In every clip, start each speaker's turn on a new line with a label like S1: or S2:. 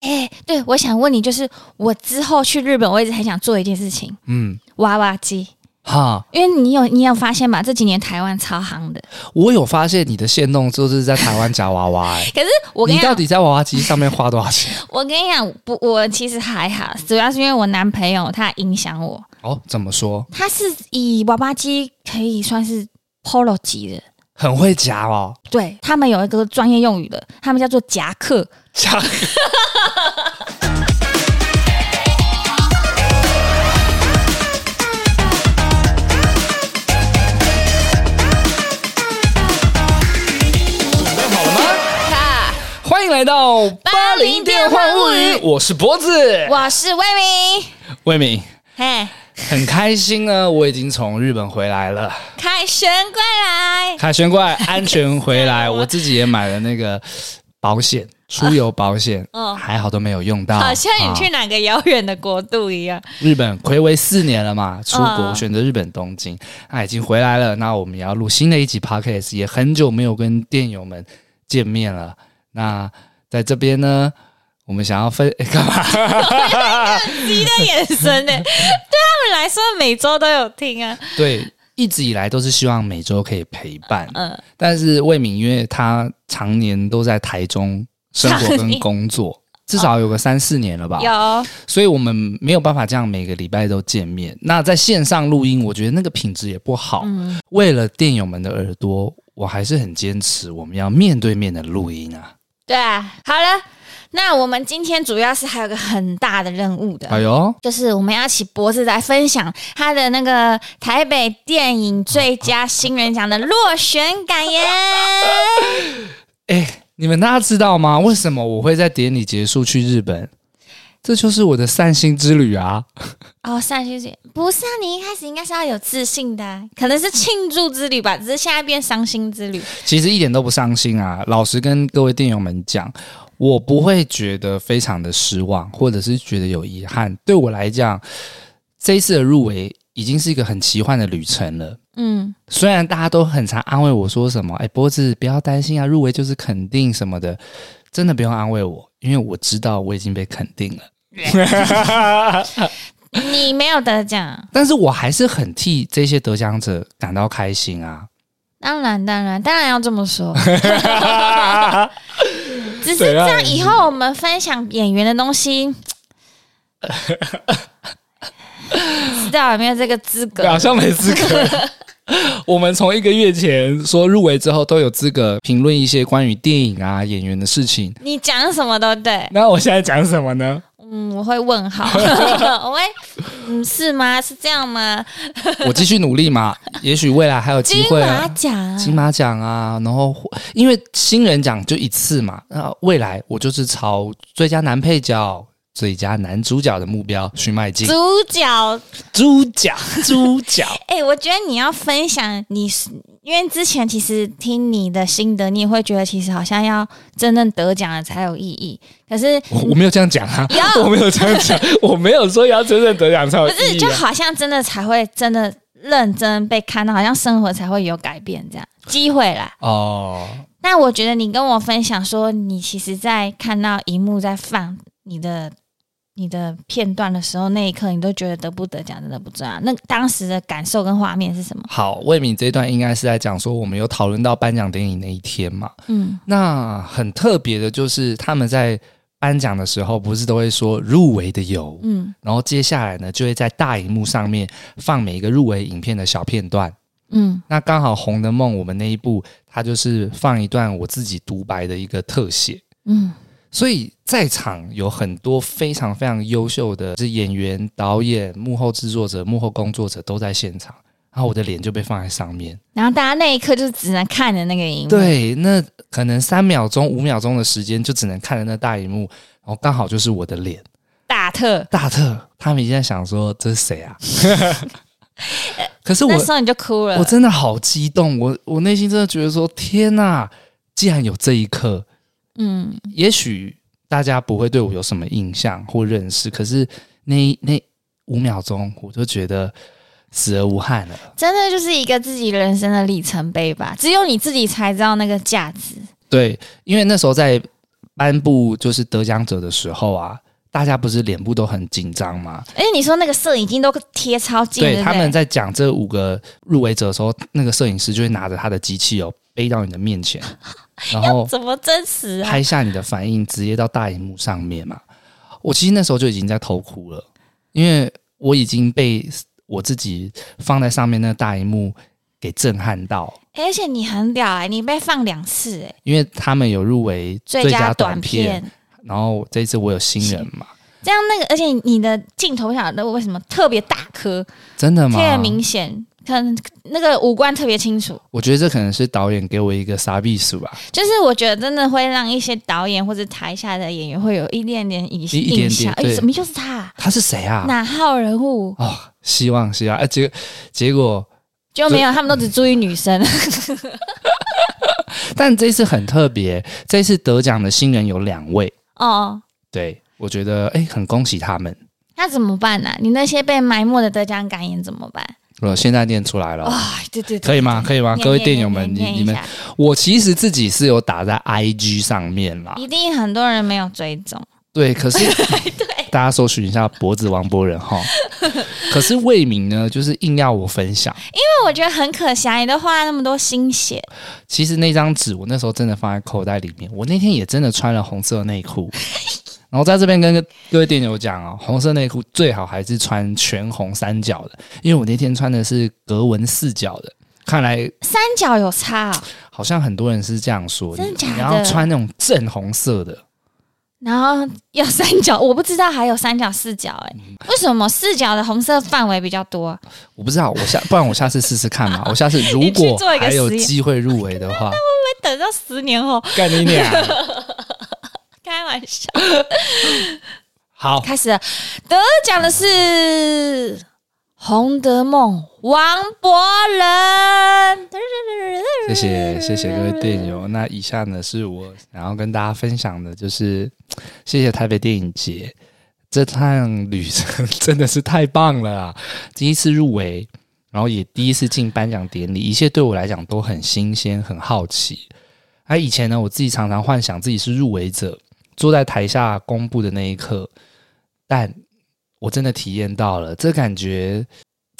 S1: 哎对，我想问你，就是我之后去日本，我一直很想做一件事情，
S2: 嗯，
S1: 娃娃机，
S2: 哈，
S1: 因为你有你有发现吧？这几年台湾超夯的，
S2: 我有发现你的线动就是在台湾夹娃 娃、欸，
S1: 可是我跟
S2: 你
S1: 你
S2: 到
S1: 讲，
S2: 底在娃娃机上面花多少钱？
S1: 我跟你讲，不，我其实还好，主要是因为我男朋友他影响我，
S2: 哦，怎么说？
S1: 他是以娃娃机可以算是 Polo 级的，
S2: 很会夹哦，
S1: 对他们有一个专业用语的，他们叫做夹克，
S2: 夹。准备好了吗？欢迎来到
S1: 八零电幻物语
S2: 我是脖子，
S1: 我是魏明，
S2: 魏敏，
S1: 嘿，
S2: 很开心呢，我已经从日本回来了。
S1: 凯旋归来，
S2: 凯旋过来，安全回
S1: 啊
S2: 来。我自己也买了那个保险，出游保险，
S1: 嗯
S2: 还好都没有用到。
S1: 好像你去
S2: 啊
S1: 哪个遥远的国度一样，
S2: 日本，暌违四年了嘛，出国
S1: 嗯
S2: 选择日本东京，啊，已经回来了。那我们也要录新的一集 podcast，也很久没有跟电友们见面了。那在这边呢，我们想要分、 诶干嘛？
S1: 你的眼神 呢、对他们来说每周都有听啊，
S2: 对，一直以来都是希望每周可以陪伴，
S1: 嗯，
S2: 但是魏敏，因为她常年都在台中生活
S1: 常
S2: 跟
S1: 年哦
S2: 工作，至少有个三四年了吧，
S1: 有
S2: 所以我们没有办法这样每个礼拜都见面。那在线上录音，我觉得那个品质也不好。为了电友们的耳朵，我还是很坚持我们要面对面的录音啊。
S1: 对啊，好了，那我们今天主要是还有个很大的任务的，
S2: 哎呦，
S1: 就是我们要请脖子来分享他的那个台北电影最佳新人奖的落选感 言。
S2: 哎，你们大家知道吗？为什么我会在典礼结束去日本？这就是我的散心之旅啊！
S1: 哦，上学姐，不是啊，你一开始应该是要有自信的啊、可能是庆祝之旅吧，只是现在变伤心之旅。
S2: 其实一点都不伤心啊！老实跟各位电友们讲，我不会觉得非常的失望，或者是觉得有遗憾。对我来讲，这一次的入围已经是一个很奇幻的旅程了。
S1: 嗯，
S2: 虽然大家都很常安慰我说什么“哎，波子不要担心啊，入围就是肯定什么的”，真的不用安慰我，因为我知道我已经被肯定了。
S1: 你没有得奖，
S2: 但是我还是很替这些得奖者感到开心啊！
S1: 当然，当然，当然要这么 说。只是
S2: 对
S1: 这
S2: 啊
S1: 样，以后我们分享演员的东西，知道有没有这个资格？
S2: 啊好像没 资格。我们从一个月前说入围之后都有资格评论一些关于电影啊演员的事情。
S1: 你讲什么都对，
S2: 那我现在讲什么 呢？
S1: 嗯，我会问 号，我会，嗯，是吗？是这样吗？
S2: 我继续努力嘛，也许未来还有机
S1: 金
S2: 会
S1: 马
S2: 啊。
S1: 奖，
S2: 金马奖啊，然后因为新人奖就一次嘛，那未来我就是朝最佳男配角、最佳男主角的目标去迈进。
S1: 主角
S2: 主角，主角，
S1: 哎、我觉得你要分享你是，因为之前其实听你的心得，你也会觉得其实好像要真正得奖了才有意义。可是
S2: 我我没有这样讲啊，
S1: 有
S2: 我没有这 样讲，我没有说要真正得奖才有
S1: 不
S2: 意义、啊。
S1: 是，就好像真的才会真的认真被看到，好像生活才会有改变这样机会啦。
S2: 哦，
S1: 那我觉得你跟我分享说，你其实，在看到荧幕在放你的你的片段的时候，那一刻你都觉得得不得奖真的不重要。那当时的感受跟画面是什么？
S2: 好，魏敏这一段应该是在讲说，我们有讨论到颁奖典礼那一天嘛。
S1: 嗯，
S2: 那很特别的就是，他们在颁奖的时候，不是都会说入围的有，
S1: 嗯
S2: 然后接下来呢，就会在大荧幕上面放每一个入围影片的小片段。
S1: 嗯
S2: 那刚好《红的梦》我们那一部，它就是放一段我自己独白的一个特写。
S1: 嗯
S2: 所以在场有很多非常非常优秀的是演员、导演、幕后制作者、幕后工作者都在现场，然后我的脸就被放在上面。
S1: 然后大家那一刻就只能看着那个荧幕，，
S2: 对，那可能三秒钟、五秒钟的时间，就只能看着那大荧幕，然后刚好就是我的脸。
S1: 大特。
S2: 大特他们一直在想说这是谁啊？可是我
S1: 那时候你就哭了，
S2: 我真的好激动，我我内心真的觉得说天呐，既然有这一刻，
S1: 嗯，
S2: 也许大家不会对我有什么印象或认识，可是那一那五秒钟，我就觉得死而无憾了。
S1: 真的就是一个自己人生的里程碑吧，只有你自己才知道那个价值。
S2: 对，因为那时候在颁布就是得奖者的时候啊，大家不是脸部都很紧张吗？
S1: 而哎且你说那个摄影镜都贴超近，对
S2: 对，
S1: 不
S2: 他
S1: 对
S2: 们在讲这五个入围者的时候，那个摄影师就会拿着他的机器哦，背到你的 面前，然后
S1: 怎么真实啊？
S2: 拍下你的反应，直接到大荧幕上面嘛。我其实那时候就已经在偷哭了，因为我已经被我自己放在上面那个大荧幕给震撼到，
S1: 诶而且你很屌哎、你被放两次哎、
S2: 因为他们有入围
S1: 最
S2: 佳
S1: 佳
S2: 短
S1: 短片，
S2: 然后这一次我有新人嘛，
S1: 这样那个，而且你的镜头想的为什么特别大颗，
S2: 真的
S1: 特
S2: 吗？
S1: 别明显，可能那个五官特别清楚。
S2: 我觉得这可能是导演给我一个傻逼数吧，
S1: 就是我觉得真的会让一些导演或者台下的演员会有一点点影
S2: 一一点点
S1: 印象，哎、
S2: 对
S1: 怎么又是他啊、
S2: 他是谁啊？
S1: 哪号人物？
S2: 哦，希望希望，啊，结结果，
S1: 就没有，他们都只注意女 生。
S2: 但这次很特别，这次得奖的新人有两位，
S1: 哦，
S2: 对我觉得哎，很恭喜他们。
S1: 那怎么办呢、你那些被埋没的得奖感言怎么办？
S2: 我现在念出来了，
S1: 啊、对对对，
S2: 可以吗？可以吗？
S1: 念
S2: 各位
S1: 念
S2: 电友
S1: 念
S2: 们，你
S1: 念
S2: 你
S1: 一
S2: 们
S1: 下，
S2: 我其实自己是有打在 IG 上面啦，
S1: 一定很多人没有追踪。
S2: 对，可是大家搜寻一下脖子王博人哈，可是魏明呢，就是硬要我分享。
S1: 因为我觉得很可惜啊，你都花了那么多心血，
S2: 其实那张纸我那时候真的放在口袋里面，我那天也真的穿了红色内裤。 然后在这边跟各位店友讲哦，红色内裤最好还是穿全红三角的，因为我那天穿的是格纹四角的。看来
S1: 三角有差、哦，
S2: 好像很多人是这样说，
S1: 真的假的
S2: 你要穿那种正红色的，
S1: 然后 要三角，我不知道还有三角四角哎、为什么四角的红色范围比较多啊？
S2: 我不知道，我下不然我下次试试看嘛。我下次如
S1: 你去
S2: 果
S1: 做一个
S2: 还有
S1: 实验
S2: 机会入围的话，
S1: 会 等到十年后，
S2: 干 你俩！
S1: 开玩笑。
S2: 好，
S1: 开始了得奖的是洪德梦、王伯仁，
S2: 谢谢谢谢各位电友。那以下呢是我想要跟大家分享的，就是谢谢台北电影节这趟旅程真的是太棒了啊！第一次入围，然后也第一次进颁奖典礼，一切对我来讲都很新鲜，很好奇。而、以前呢，我自己常常幻想自己是入围者，坐在台下公布的那一刻，但我真的体验到了，这感觉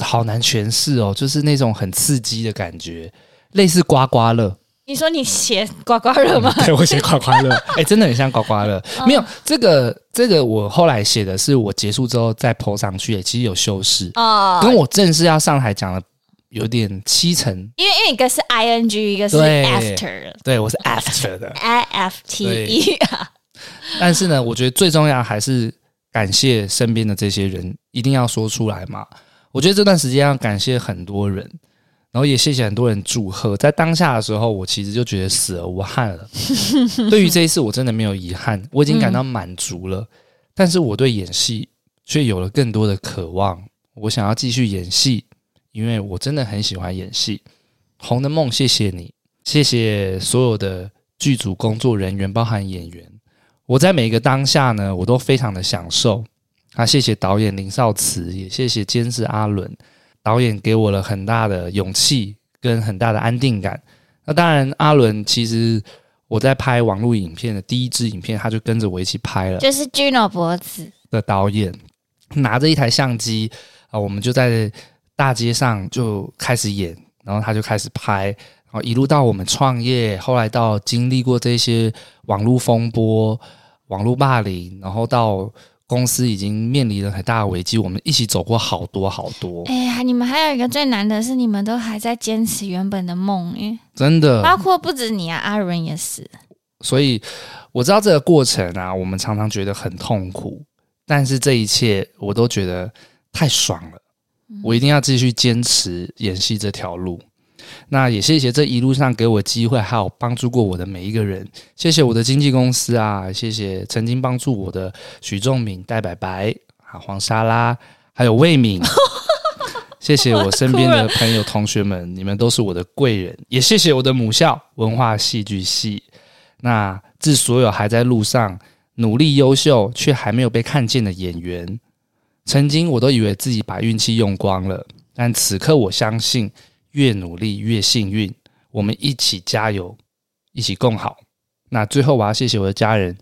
S2: 好难诠释哦，就是那种很刺激的感觉。类似刮刮乐，
S1: 你说你写刮刮乐吗？
S2: 对我写刮刮乐， 嗯哎、真的很像刮刮乐。没有这个，这个我后来写的是我结束之后再 PO 上去，也其实有修饰，
S1: 哦，
S2: 跟我正式要上台讲的有点七成。
S1: 因为因为一个是 I N G，一个是
S2: 对
S1: after
S2: 对我是 after 的，
S1: I F T E 啊，
S2: 但是呢，我觉得最重要还是感谢身边的这些人，一定要说出来嘛。我觉得这段时间要感谢很多人，然后也谢谢很多人祝贺。在当下的时候，我其实就觉得死而无憾了。对于这一次，我真的没有遗憾，我已经感到满足了。但是我对演戏却有了更多的渴望，我想要继续演戏，因为我真的很喜欢演戏。红的梦，谢谢你，谢谢所有的剧组工作人员，包含演员。我在每一个当下呢，我都非常的享受。啊，谢谢导演林少慈，也谢谢监制阿伦，导演给我了很大的勇气跟很大的安定感。那当然，阿伦其实我在拍网络影片的第一支影片，他就跟着我一起拍 了。
S1: 就是 Gino 脖子，
S2: 的导演，拿着一台相机啊、我们就在大街上就开始演，然后他就开始拍，然后一路到我们创业，后来到经历过这些网络风波、网络霸凌，然后到公司已经面临了很大的危机，我们一起走过好多好多，
S1: 哎呀，你们还有一个最难的是，你们都还在坚持原本的梦哎、
S2: 真的。
S1: 包括不止你啊，阿伦也是。
S2: 所以我知道这个过程啊，我们常常觉得很痛苦，但是这一切我都觉得太爽了。我一定要继续坚持演戏这条路。那也谢谢这一路上给我机会，还有帮助过我的每一个人。谢谢我的经纪公司啊，谢谢曾经帮助我的许仲敏、戴白白啊、黄沙拉，还有魏敏。谢谢我身边的朋友、同学们，你们都是我的贵人，也谢谢我的母校文化戏剧系。那致所有还在路上努力、优秀却还没有被看见的演员，曾经我都以为自己把运气用光了，但此刻我相信，越努力越幸运。我们一起加油，一起共好。那最后我要谢谢我的家人，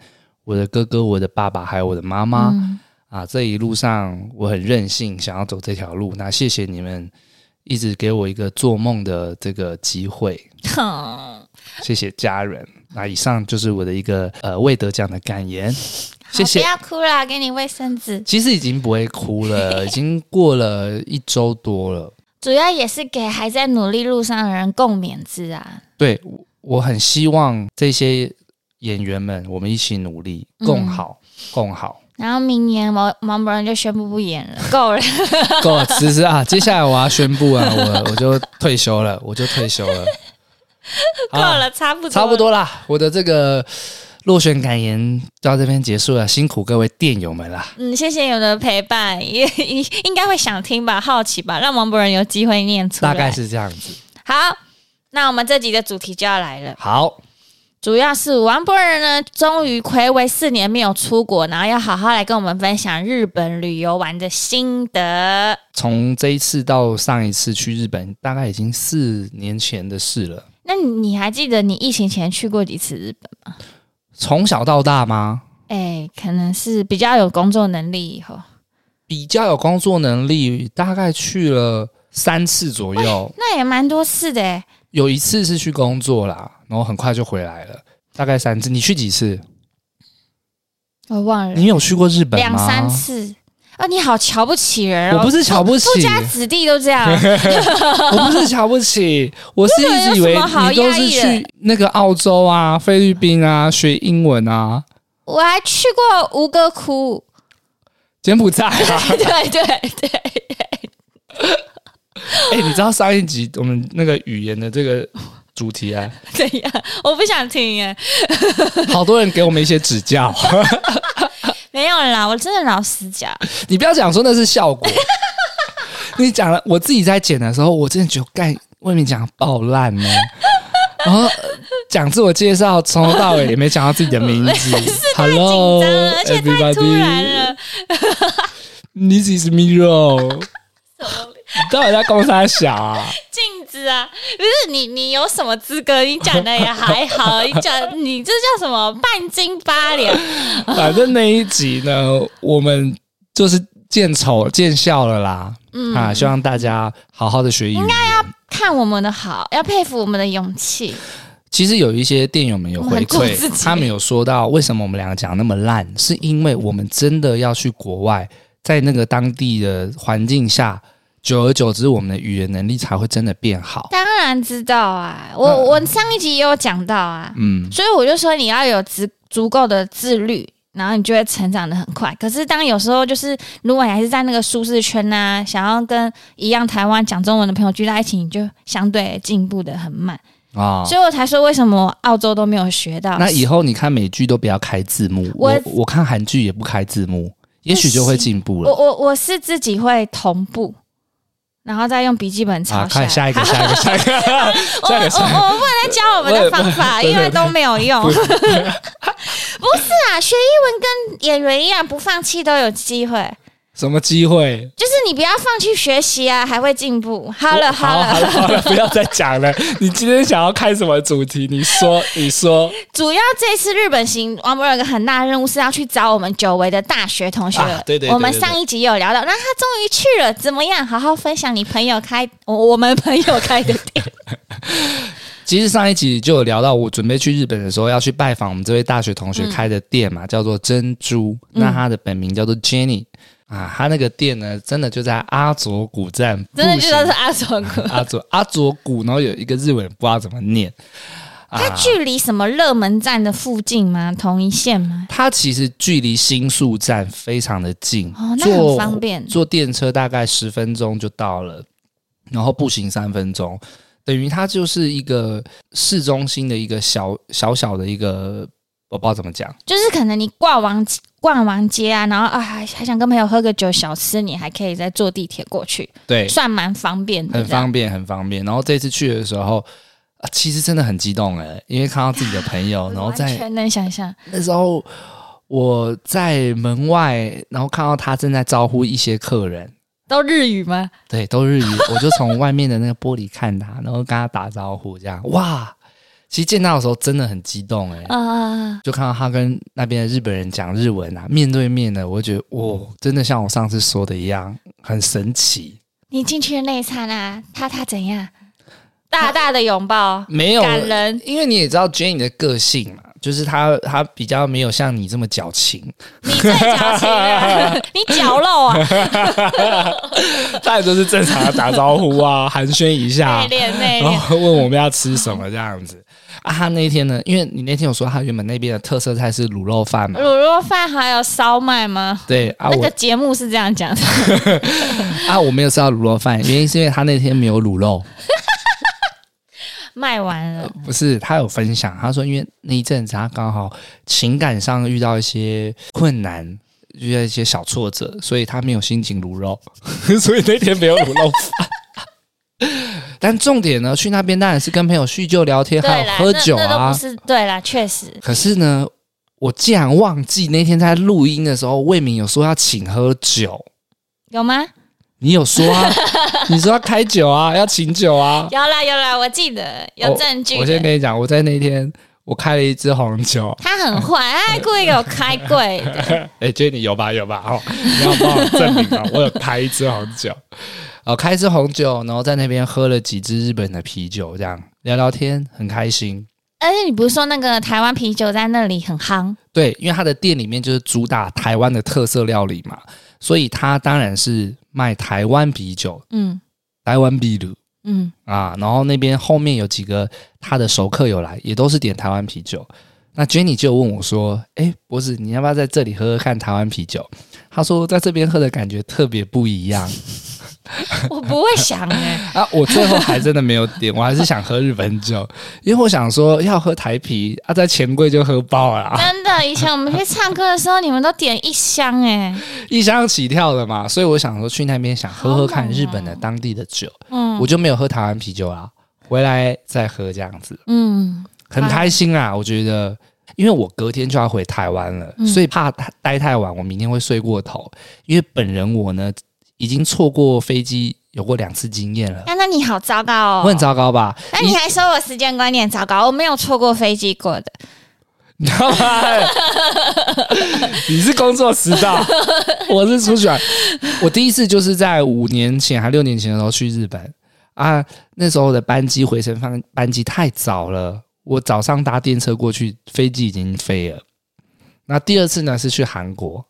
S2: 我的哥哥、我的爸爸还有我的妈妈、
S1: 嗯
S2: 啊，这一路上我很任性，想要走这条路。那谢谢你们一直给我一个做梦的这个机会，
S1: 哼，
S2: 谢谢家人。那以上就是我的一个呃未得奖的感言，谢
S1: 好。不
S2: 谢
S1: 要哭啦，给你卫生纸。
S2: 其实已经不会哭了，已经过了一周多了。
S1: 主要也是给还在努力路上的人共勉之啊。
S2: 对我我很希望这些演员们，我们一起努力，
S1: 嗯
S2: 共好，共好。
S1: 然后明年毛毛某人就宣布不演了，够了。
S2: 够了，其实啊，接下来我要宣布啊，我我就退休了，我就退休了，
S1: 够
S2: 好
S1: 了，差不多，
S2: 啊差不。多啦。我的这个落选感言到这边结束了，辛苦各位电友们啦。
S1: 嗯，谢谢有的陪伴， 也应应该会想听吧，好奇吧，让王博人有机会念出来。
S2: 大概是这样子。
S1: 好，那我们这集的主题就要来了，
S2: 好，
S1: 主要是王博人呢，终于暌违四年没有出国，然后要好好来跟我们分享日本旅游玩的心得。
S2: 从这一次到上一次去日本，大概已经四年前的事了。
S1: 那你你还记得你疫情前去过几次日本？
S2: 从小到大吗？
S1: 哎、可能是比较有工作能力以后。
S2: 比较有工作能力，大概去了三次左右，
S1: 那也蛮多次的欸诶
S2: 有一次是去工作啦，然后很快就回来了，大概三次。你去几次？
S1: 我忘了
S2: 你有去过日本吗？
S1: 两三。次。哦，你好瞧不起人哦！
S2: 我不是瞧不起
S1: 富家子弟都这 样。
S2: 我不是瞧不 起，我是一直
S1: 日本有
S2: 以为
S1: 什么好
S2: 你都是
S1: 压抑
S2: 去那个澳洲啊、菲律宾啊学英文啊、
S1: 我还去过吴哥窟，
S2: 柬埔寨啊。
S1: 对对对，
S2: 哎、你知道上一集我们那个语言的这个主题啊，
S1: 怎样？我不想听哎，
S2: 好多人给我们一些指教。
S1: 没有啦，我真的老实 讲，
S2: 你不要讲说那是效果， 你讲了，我自己在剪的时候，我真的觉得干魏明讲得爆烂呢、然后呃讲自我介绍，从头到尾也没讲到自己的名 字。Hello，
S1: 紧张了，而且太突然
S2: everybody，
S1: 了。
S2: This is Miro。你到底在公啥小啊？
S1: 镜子啊，不是你，你有什么资格？你讲的也还 好，你讲你这叫什么半斤八两？
S2: 反正那一集呢，我们就是见丑见笑了啦。
S1: 嗯
S2: 啊，希望大家好好的学英语。
S1: 看我们的好，要佩服我们的勇气。
S2: 其实有一些电友们有回
S1: 我们很做自
S2: 馈，
S1: 己
S2: 他们有说到为什么我们两个讲那么烂，是因为我们真的要去国外，在那个当地的环境下，久而久之，我们的语言能力才会真的变好。
S1: 当然知道啊，我、我上一集也有讲到啊，
S2: 嗯，
S1: 所以我就说你要有足足够的自律，然后你就会成长的很快。可是当有时候就是，如果你还是在那个舒适圈呐、想要跟一样台湾讲中文的朋友聚在一起，你就相对进步的很慢。
S2: 啊、
S1: 所以我才说为什么澳洲都没有学到。
S2: 那以后你看美剧都不要开字幕，
S1: 我
S2: 我我看韩剧也不开字幕，也许就会进步
S1: 我
S2: 了。
S1: 我我是自己会同步，然后再用笔记本抄
S2: 啊，看
S1: 下来。
S2: 下一个，下一个，下一个，
S1: 我我
S2: 下
S1: 我
S2: 一个，下一个。
S1: 我不能再教我们的方法，
S2: 对对
S1: 因为都没有用。不
S2: 不
S1: 是啊，学英文跟演员一样，不放弃都有机会。
S2: 什么机会？
S1: 就是你不要放弃学习啊，还会进步。好了好
S2: 好
S1: 了，
S2: 好了，好了，不要再讲了。你今天想要开什么主题？你说，你说。
S1: 主要这次日本行，王博有个很大的任务是要去找我们久违的大学同学。
S2: 啊对对对
S1: 我们
S2: 对对
S1: 上一集有聊到，那他终于去了，怎么样？好好分享你朋友开，我 我们朋友开的店。
S2: 其实上一集就有聊到，我准备去日本的时候要去拜访我们这位大学同学开的店
S1: 嗯
S2: 嘛，叫做珍珠。那他的本名叫做 Jenny 啊，他那个店呢，真的就在阿佐古站步
S1: 真的就
S2: 行，
S1: 道是阿佐哥。
S2: 阿佐阿佐古，然后有一个日文不知道怎么念。 啊
S1: 它距离什么热门站的附近吗？同一线吗？
S2: 它其实距离新宿站非常的近，
S1: 哦那很
S2: 坐
S1: 方便
S2: 坐电车大概十分钟就到了，然后步行三分钟，等于它就是一个市中心的一个小小小的一个，我不知道怎么讲。
S1: 就是可能你逛完逛完街啊，然后啊还还想跟朋友喝个酒小吃，你还可以再坐地铁过去，
S2: 对，
S1: 算蛮方便的。
S2: 很方便，很方便。然后这次去的时候，啊、其实真的很激动哎、因为看到自己的朋友，
S1: 这样
S2: 然后
S1: 完
S2: 在
S1: 全能想象，
S2: 那时候我在门外，然后看到他正在招呼一些客人，
S1: 都日语吗？
S2: 对，都日语，我就从外面的那个玻璃看他，然后跟他打招呼，这样哇，其实见到的时候真的很激动哎、
S1: 啊，
S2: 就看到他跟那边的日本人讲日文啊，面对面的，我就觉得哇，真的像我上次说的一样，很神奇。
S1: 你进去的那一刹那，他他怎样？大大的拥抱，
S2: 没有
S1: 感人，
S2: 因为你也知道 Jenny 的个性嘛，就是她她比较没有像你这么矫情，
S1: 你最矫情了，你绞肉 啊，
S2: 当然就是正常的打招呼啊， 寒暄一下
S1: 内，敛内
S2: 然
S1: 敛，
S2: 后问我们要吃什么这样子。啊，他那一天呢，因为你那天有说他原本那边的特色菜是卤肉饭嘛，
S1: 卤肉饭还有烧麦吗？
S2: 对啊
S1: 那
S2: 我
S1: 个节目是这样讲的，
S2: 啊我没有吃到卤肉饭，原因是因为他那天没有卤肉，
S1: 卖完了，
S2: 不是他有分享，他说因为那一阵子他刚好情感上遇到一些困难。遇到一些小挫折，所以他没有心情卤肉， 所以那天没有卤肉饭。但重点呢，去那边当然是跟朋友叙旧聊天，还
S1: 对
S2: 有
S1: 啦，
S2: 喝酒
S1: 那那都
S2: 啊
S1: 不。是对啦，确实，
S2: 可是呢，我竟然忘记那天在录音的时候，魏明有说要请喝酒，
S1: 有吗？
S2: 你有说 啊？你说要开酒啊，要请酒啊？
S1: 有啦有啦，我记得有证据
S2: 我先
S1: 的。
S2: 跟你讲，我在那天我开了一支红酒，
S1: 他很坏，他还故意给我开柜的，
S2: 哎、j e n n y 有吧有吧，哦，你要帮我证明哦，我有开一支红酒，哦，开一支红酒，然后在那边喝了几支日本的啤酒，这样聊聊天很开心。
S1: 而且你不是说那个台湾啤酒在那里很夯？
S2: 对，因为他的店里面就是主打台湾的特色料理嘛，所以他当然是卖台湾啤酒、
S1: 嗯
S2: 台湾啤酒
S1: 嗯，
S2: 啊。然后那边后面有几个他的熟客有来，也都是点台湾啤酒。那 Jenny 就问我说：“哎，博子，你要不要在这里喝喝看台湾啤酒？”他说：“在这边喝的感觉特别不一样
S1: 我不会想哎、
S2: 啊！”我最后还真的没有点，我还是想喝日本酒，因为我想说要喝台啤啊，在钱柜就喝爆了啊、
S1: 真的，以前我们去唱歌的时候，你们都点一箱哎、
S2: 一箱起跳的嘛，所以我想说去那边想喝喝
S1: 好
S2: 看
S1: 猛哦
S2: 日本的当地的酒，
S1: 嗯
S2: 我就没有喝台湾啤酒啦，回来再喝这样子，
S1: 嗯，
S2: 很开心啊，我觉得。因为我隔天就要回台湾了，
S1: 嗯
S2: 所以怕待太晚，我明天会睡过头。因为本人我呢，已经错过飞机有过两次经验了，
S1: 哎那、那你好糟糕哦，
S2: 我很糟糕吧？
S1: 那你还说我时间观念糟糕，我没有错过飞机过的，
S2: 你知道吗？哎你是工作迟到，我是出去玩。 我第一次就是在五年前还六年前的时候去日本啊，那时候的班机回程班班机太早了，我早上搭电车过去，飞机已经飞了。那第二次呢是去韩国，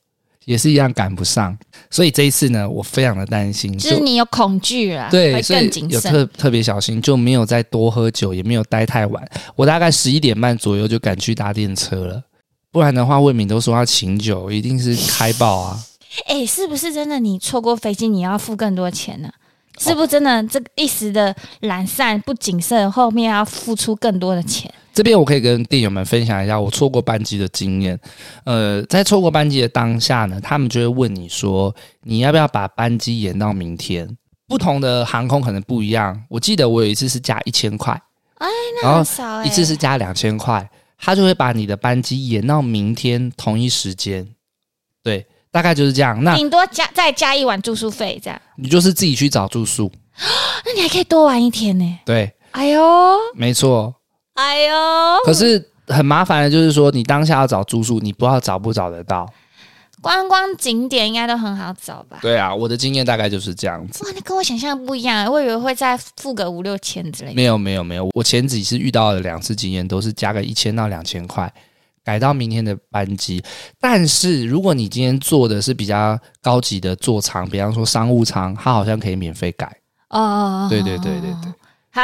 S2: 也是一样赶不上，所以这一次呢，我非常的担心，
S1: 就是你有恐惧啦，
S2: 对，
S1: 会
S2: 所以
S1: 更谨
S2: 有
S1: 慎。
S2: 特特别小心，就没有再多喝酒，也没有待太晚。我大概十一点半左右就赶去搭电车了，不然的话，魏敏都说要请酒，一定是开 爆啊！
S1: 哎、是不是真的？你错过飞机，你要付更多钱呢、是不是真的？这一时的懒散不谨慎，后面要付出更多的钱。
S2: 这边我可以跟店友们分享一下我错过班机的经验。呃，在错过班机的当下呢，他们就会问你说，你要不要把班机延到明天？不同的航空可能不一样。我记得我有一次是加一千块，然
S1: 那
S2: 后
S1: 很少哎、
S2: 一次是加两千块，他就会把你的班机延到明天同一时间，对，大概就是这样。那
S1: 顶多加再加一晚住宿费这样，
S2: 你就是自己去找住宿，
S1: 那你还可以多玩一天呢、
S2: 对，
S1: 哎呦，
S2: 没错。
S1: 哎呦，
S2: 可是很麻烦的就是说，你当下要找住宿，你不知道找不找得到。
S1: 观光景点应该都很好找吧？
S2: 对啊，我的经验大概就是这样子。
S1: 哇，那跟我想象不一样、我以为会再付个五六千之类的。
S2: 没有没有没有，我前几次遇到的两次经验都是加个一千到两千块，改到明天的班机。但是如果你今天坐的是比较高级的座舱，比方说商务舱，它好像可以免费改。
S1: 哦哦，哦
S2: 对对对对对。
S1: 好，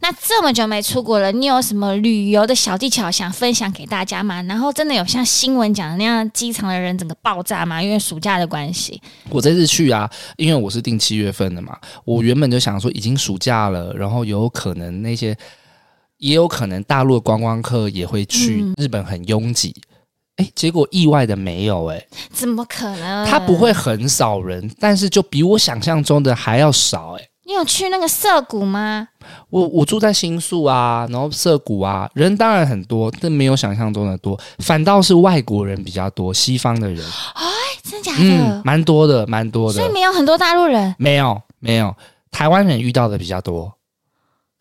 S1: 那这么久没出国了，你有什么旅游的小技巧想分享给大家吗？然后真的有像新闻讲的那样，机场的人整个爆炸吗？因为暑假的关系，
S2: 我这次去啊，因为我是定七月份的嘛，我原本就想说已经暑假了，然后有可能那些也有可能大陆的观光客也会去，
S1: 嗯
S2: 日本很拥挤。哎，结果意外的没有哎、
S1: 怎么可能？
S2: 它不。会很少人，但是就比我想象中的还要少哎、
S1: 你有去那个涩谷吗？
S2: 我我住在新宿啊，然后涩谷啊，人当然很多，但没有想象中的多，反倒是外国人比较多，西方的人，
S1: 哎真假
S2: 嗯，
S1: 的？
S2: 蛮多的，蛮多的
S1: 所以。没有很多大陆人。哦
S2: 没有没有，台湾人遇到的比较多，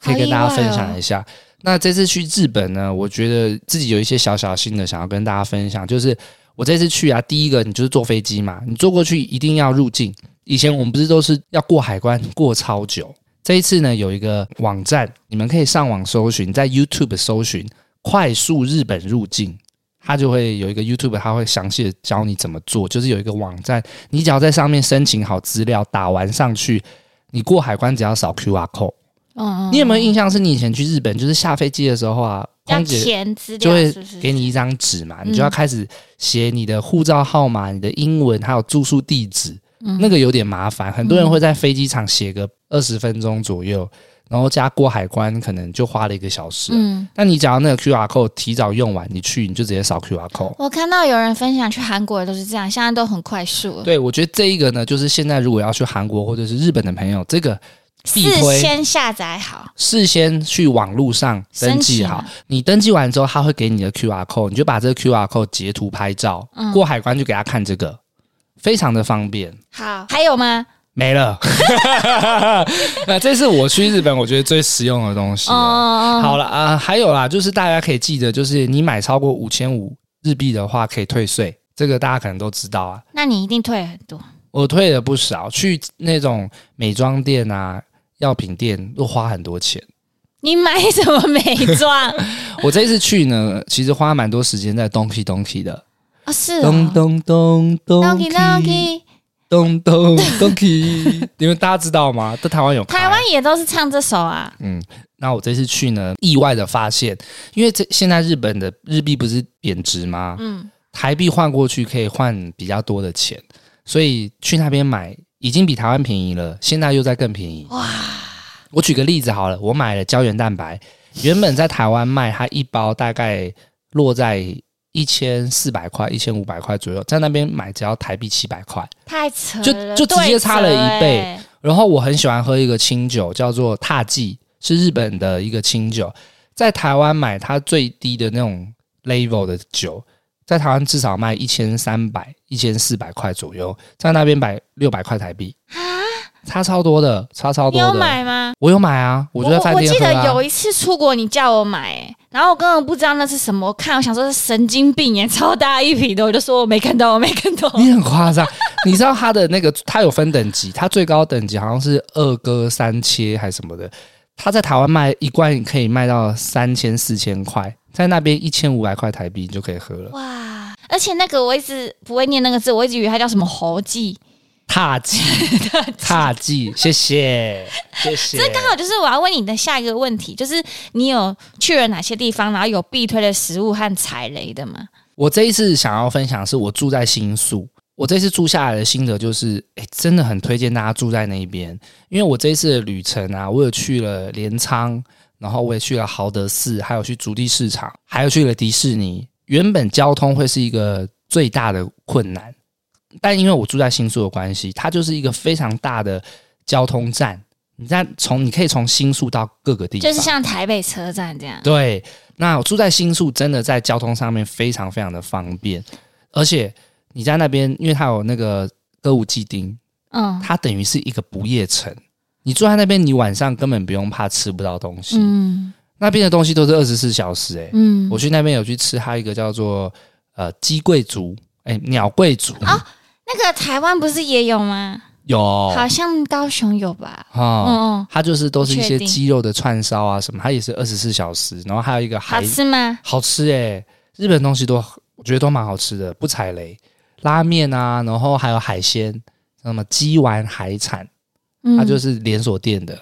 S2: 可以跟大家分享一下。那这次去日本呢，我觉得自己有一些小小心得想要跟大家分享，就是我这次去啊，第一个你就是坐飞机嘛，你坐过去一定要入境。以前我们不是都是要过海关，过超久。这一次呢，有一个网站，你们可以上网搜寻，在 YouTube 搜寻“快速日本入境”，它就会有一个 YouTube，它会详细的教你怎么做。就是有一个网站，你只要在上面申请好资料，打完上去，你过海关只要扫 QR code。
S1: 嗯嗯，
S2: 你有没有印象是你以前去日本，就是下飞机的时候啊，
S1: 要
S2: 空姐
S1: 填资
S2: 就
S1: 料
S2: 会
S1: 是不是？
S2: 给你一张纸嘛，
S1: 嗯
S2: 你就要开始写你的护照号码、你的英文还有住宿地址，
S1: 嗯
S2: 那个有点麻烦，很多人会在飞机场写个二十分钟左右，然后加过海关可能就花了一个小时。
S1: 嗯，
S2: 但你只要那个 QR code 提早用完，你去你就直接扫 QR code。
S1: 我看到有人分享去韩国也都是这样，现在都很快速，
S2: 对，我觉得这一个呢，就是现在如果要去韩国或者是日本的朋友，这个必
S1: 事
S2: 推
S1: 先下载好，
S2: 事先去网络上登记
S1: 申
S2: 好
S1: 请，
S2: 你登记完之后，他会给你的 QR code，你就把这个 QR code 截图拍照，
S1: 嗯
S2: 过海关就给他看这个，非常的方便。
S1: 好，还有吗？
S2: 没了， 那这是我去日本我觉得最实用的东西
S1: 哦
S2: 了。
S1: 哦，
S2: 好了啊、呃还有啦，就是大家可以记得，就是你买超过五千五日币的话，可以退税，这个大家可能都知道啊。
S1: 那你一定退很多，
S2: 我退了不少，去那种美妆店啊、药品店都花很多钱。
S1: 你买什么美 妆？
S2: 我这一次去呢，其实花蛮多时间在东 o 东 k 的，
S1: 哦，是哦
S2: 啊咚咚咚咚
S1: Donkey Donkey，
S2: 咚咚咚 k 你们大家知道吗？在台湾有开
S1: 台湾也都是唱这首啊，
S2: 嗯，那我这次去呢，意外的发现，因为这现在日本的日币不是贬值吗？
S1: 嗯，
S2: 台币换过去可以换比较多的钱，所以去那边买已经比台湾便宜了，现在又在更便宜。哇！我举个例子好了，我买了胶原蛋白，原本在台湾卖它一包大概落在一千四百块、一千五百块左右，在那边买只要台币七百块。
S1: 太扯
S2: 就
S1: 了，
S2: 就直接
S1: 对
S2: 差了一
S1: 折
S2: 倍
S1: 欸
S2: 然后我很喜欢喝一个清酒，叫做踏记，是日本的一个清酒，在台湾买它最低的那种 level 的酒，在台湾至少卖一千三百、一千四百块左右，在那边买六百块台币，差超多的，差超
S1: 啊你
S2: 多
S1: 有
S2: 的。
S1: 买吗？
S2: 我有买啊，我就在饭
S1: 我
S2: 店
S1: 记
S2: 喝
S1: 得
S2: 啊
S1: 有。一次出国，你叫我买、欸然后我根本不知道那是什么，我看我想说是神经病耶、超大一瓶的，我就说我没看到，我没看到。
S2: 你很夸张，你知道它的那个， 它有分等级，它最高等级好像是二哥三切还是什么的，它在台湾卖一罐可以卖到三千四千块，在那边一千五百块台币你就可以喝了。
S1: 哇！而且那个我一直不会念那个字，我一直以为它叫什么猴记，
S2: 踏迹， 踏迹，谢谢，谢谢。
S1: 这刚好就是我要问你的下一个问题，就是你有去了哪些地方，然后有必推的食物和踩雷的吗？
S2: 我这一次想要分享的是我住在新宿，我这次住下来的心得就是，哎、真的很推荐大家住在那一边，因为我这一次的旅程啊，我有去了镰仓，然后我也去了豪德寺，还有去足地市场，还有去了迪士尼。原本交通会是一个最大的困难，但因为我住在新宿的关系，它就是一个非常大的交通站。你在从你可以从新宿到各个地方，
S1: 就是像台北车站这样，
S2: 对，那我住在新宿，真的在交通上面非常非常的方便，而且你在那边，因为它有那个歌舞伎町，
S1: 嗯
S2: 它等于是一个不夜城。你住在那边，你晚上根本不用怕吃不到东西，
S1: 嗯
S2: 那边的东西都是二十四小时、欸。
S1: 嗯
S2: 我去那边有去吃它一个叫做呃鸡贵族，哎、鸟贵族、
S1: 哦那个台湾不是也有吗？
S2: 有
S1: 好像高雄有吧？嗯
S2: 哦，
S1: 嗯，
S2: 它就是都是一
S1: 不确
S2: 些
S1: 定
S2: 鸡肉的串烧啊什么，它也是二十四小时，然后还有一个
S1: 好
S2: 海
S1: 吃吗？
S2: 好吃诶，日本东西都我觉得都蛮好吃的，不踩雷，拉面啊，然后还有海鲜，那么鸡丸海产，
S1: 嗯
S2: 它就是连锁店的。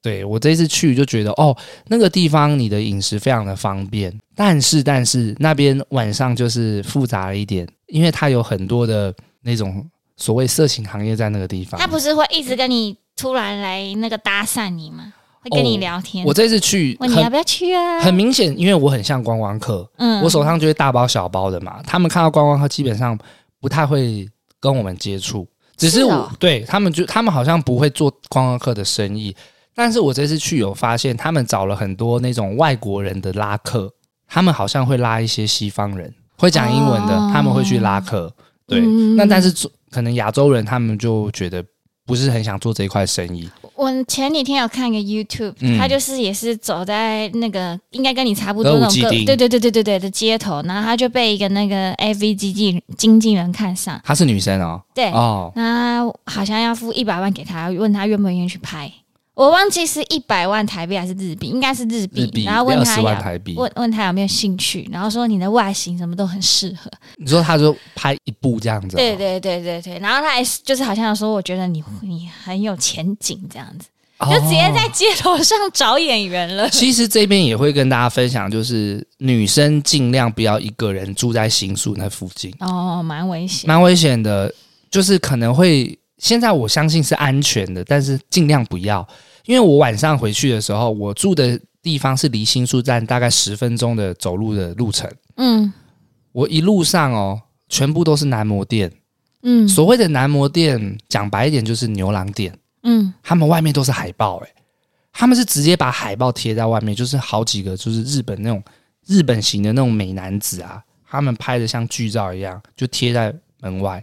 S2: 对我这次去就觉得哦，那个地方你的饮食非常的方便，但是但是那边晚上就是复杂了一点，因为它有很多的那种所谓色情行业在那个地方。
S1: 他不是会一直跟你突然来那个搭讪你吗？会跟你
S2: 哦
S1: 聊天？
S2: 我这次去
S1: 问你要
S2: 很
S1: 不要去啊？
S2: 很明显，因为我很像观光客，
S1: 嗯
S2: 我手上就会大包小包的嘛。他们看到观光客，基本上不太会跟我们接触，只是
S1: 是
S2: 我
S1: 哦
S2: 对他们就他们好像不会做观光客的生意。但是我这次去有发现，他们找了很多那种外国人的拉客，他们好像会拉一些西方人，会讲英文的，
S1: 哦
S2: 他们会去拉客。对，
S1: 嗯
S2: 那但是可能亚洲人他们就觉得不是很想做这一块生意。
S1: 我前几天有看一个 YouTube，、
S2: 嗯
S1: 他就是也是走在那个应该跟你差不多
S2: 歌舞
S1: 那种
S2: 伎
S1: 歌，
S2: 町
S1: 对对对对对对的街头，然后他就被一个那个 AV 经纪经纪人看上，
S2: 她是女生哦，
S1: 对，
S2: 哦，
S1: 那好像要付一百万给他，问他愿不愿意去拍。我忘记是一百万台币还是日币，应该是日币。
S2: 日币
S1: 然后问
S2: 二
S1: 他
S2: 十
S1: 有
S2: 万台币。
S1: 问问他有没有兴趣，然后说你的外形什么都很适合。
S2: 你说她就拍一部这样子、哦，
S1: 对对对对对，然后他还是就是好像说，我觉得你你很有前景这样子，
S2: 哦，
S1: 就直接在街头上找演员 了。
S2: 其实这边也会跟大家分享，就是女生尽量不要一个人住在新宿那附近，
S1: 哦，蛮危险。
S2: 蛮危险的。就是可能会，现在我相信是安全的，但是尽量不要。因为我晚上回去的时候，我住的地方是离新宿站大概十分钟的走路的路程。
S1: 嗯
S2: 我一路上哦，全部都是男模店。
S1: 嗯
S2: 所谓的男模店，讲白一点就是牛郎店。
S1: 嗯，
S2: 他们外面都是海报、欸，他们是直接把海报贴在外面，就是好几个就是日本那种日本型的那种美男子啊，他们拍的像剧照一样，就贴在门外。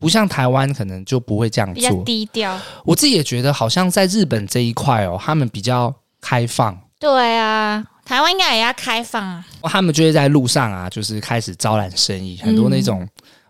S2: 不像台湾可能就不会这样
S1: 比较
S2: 做，
S1: 低调。
S2: 我自己也觉得好像在日本这一块哦，他们比较开放，
S1: 对啊，台湾应该也要开放啊。
S2: 他们就会在路上啊，就是开始招揽生意，很多那种、
S1: 嗯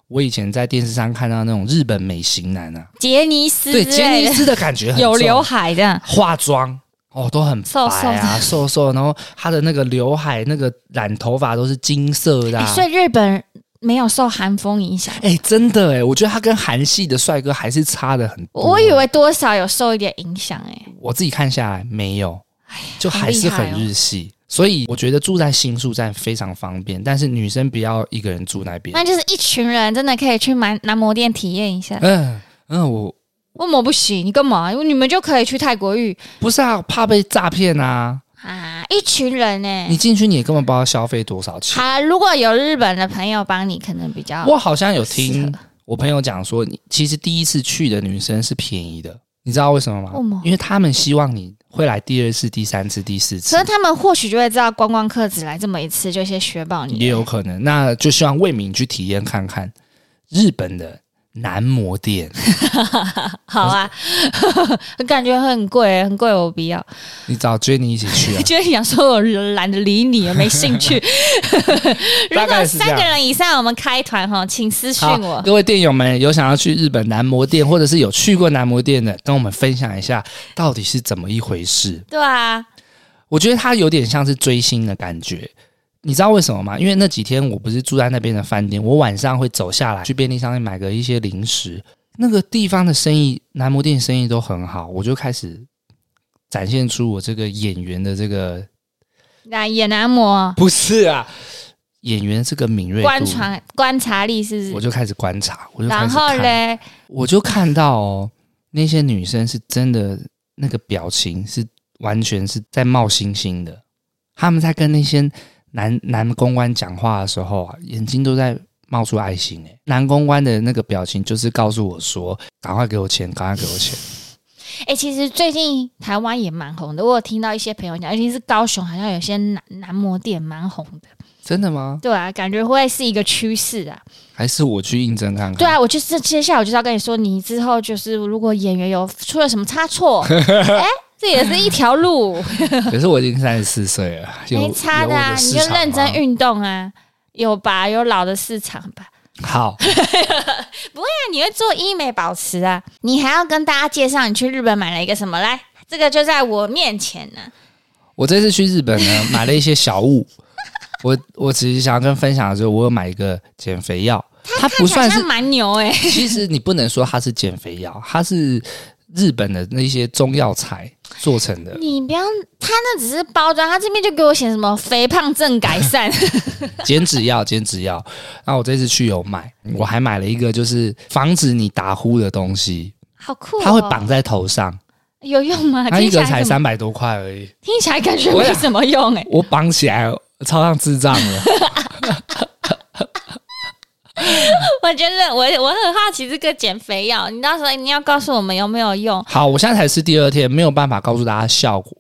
S2: 我以前在电视上看到那种日本美型男啊，
S1: 杰尼斯
S2: 对
S1: 之
S2: 杰
S1: 类
S2: 尼
S1: 的
S2: 斯的感觉很
S1: 有
S2: 重
S1: 刘海的，
S2: 化妆哦，都很白啊，瘦瘦然后她的那个刘海、那个染头发都是金色的、
S1: 哎
S2: 啊。
S1: 所以日本没有受韩风影响。
S2: 哎、真的哎，我觉得她跟韩系的帅哥还是差的很多。
S1: 我我以为多少有受一点影响哎、
S2: 我自己看下来没有，就还是
S1: 好厉
S2: 很
S1: 害哦
S2: 日系。所以我觉得住在新宿站非常方便，但是女生不要一个人住那边。
S1: 那就是一群人真的可以去男男模店体验一下。
S2: 嗯嗯，我
S1: 为什么不行？你干嘛？因为你们就可以去泰国浴
S2: 不是啊，怕被诈骗啊！
S1: 啊，一群人呢、
S2: 你进去你也根本不知道消费多少钱。
S1: 好、如果有日本的朋友帮你，可能比较
S2: 我好像有
S1: 适
S2: 听
S1: 合
S2: 我朋友讲说，你其实第一次去的女生是便宜的，你知道为什么吗？
S1: 为什么
S2: 因为他们希望你会来第二次、第三次、第四次
S1: 所以，他们或许就会知道观光客只来这么一次，就先学爆你。
S2: 也有可能。那就希望魏敏去体验看看日本的男模店。
S1: 好啊， 感觉很贵，很贵，我不要。？
S2: 你找 Jenny 一起去啊
S1: 就是想说我懒得理你，没兴 趣。 如
S2: 大
S1: 果
S2: 概是这
S1: 三
S2: 样
S1: 个人以上，我们开团哈，请私讯
S2: 好，
S1: 我。
S2: 各位店友们有想要去日本男模店，或者是有去过男模店的，跟我们分享一下到底是怎么一回事。
S1: 对啊，
S2: 我觉得它有点像是追星的感觉。你知道为什么吗？因为那几天我不是住在那边的饭店，我晚上会走下来去便利商店买个一些零食。那个地方的生意，男模店生意都很好，我就开始展现出我这个演员的这个
S1: 那也男模
S2: 不是啊，演员这个敏锐
S1: 观
S2: 度，
S1: 察观察力是不
S2: 我
S1: 是？
S2: 就开始观察，我就开
S1: 然
S2: 始
S1: 后
S2: 看，
S1: 嘞，
S2: 我就看到哦，那些女生是真的那个表情是完全是在冒星星的，他们在跟那些男男公关讲话的时候啊，眼睛都在冒出爱心、欸。男公关的那个表情就是告诉我说：“赶快给我钱，赶快给我钱。
S1: 哎、其实最近台湾也蛮红的，我有听到一些朋友讲，尤其是高雄，好像有些男男模店蛮红的。”
S2: 真的吗？
S1: 对啊，感觉会是一个趋势啊。
S2: 还是我去应征看看？
S1: 对啊，我就是接下来我就是要跟你说，你之后就是如果演员有出了什么差 错，哎、这也是一条路。
S2: 可是我已经三十四岁了，有
S1: 没差
S2: 有
S1: 的啊，
S2: 我
S1: 你
S2: 市
S1: 就
S2: 场吗
S1: 认真运动啊，有吧？有老的市场吧？
S2: 好。
S1: 那你会做医美保持啊？你还要跟大家介绍你去日本买了一个什么？来，这个就在我面前啊呢、
S2: 我这次去日本呢， 买了一些小物。我我只是想要跟分享的是，我有买一个减肥药，它不
S1: 看
S2: 算
S1: 起来
S2: 是
S1: 像，蛮牛 哎、
S2: 其实你不能说它是减肥药，它是日本的那些中药材做成的。
S1: 你不要，他那只是包装，他这边就给我写什么肥胖症改 善，
S2: 减脂药，减脂药。那我这次去有买，
S1: 嗯
S2: 我还买了一个就是防止你打呼的东西，
S1: 好酷、哦！
S2: 它会绑在头上，
S1: 有用吗？
S2: 它
S1: 啊听
S2: 一
S1: 起
S2: 个
S1: 来
S2: 才
S1: 怎么
S2: 三百多块而已，
S1: 听起来感觉没什么用哎、
S2: 我绑起来超像智障了。
S1: 我觉得我我很好奇这个减肥药，你到时候你要告诉我们有没有用？
S2: 好，我现在才吃第二天，没有办法告诉大家效果。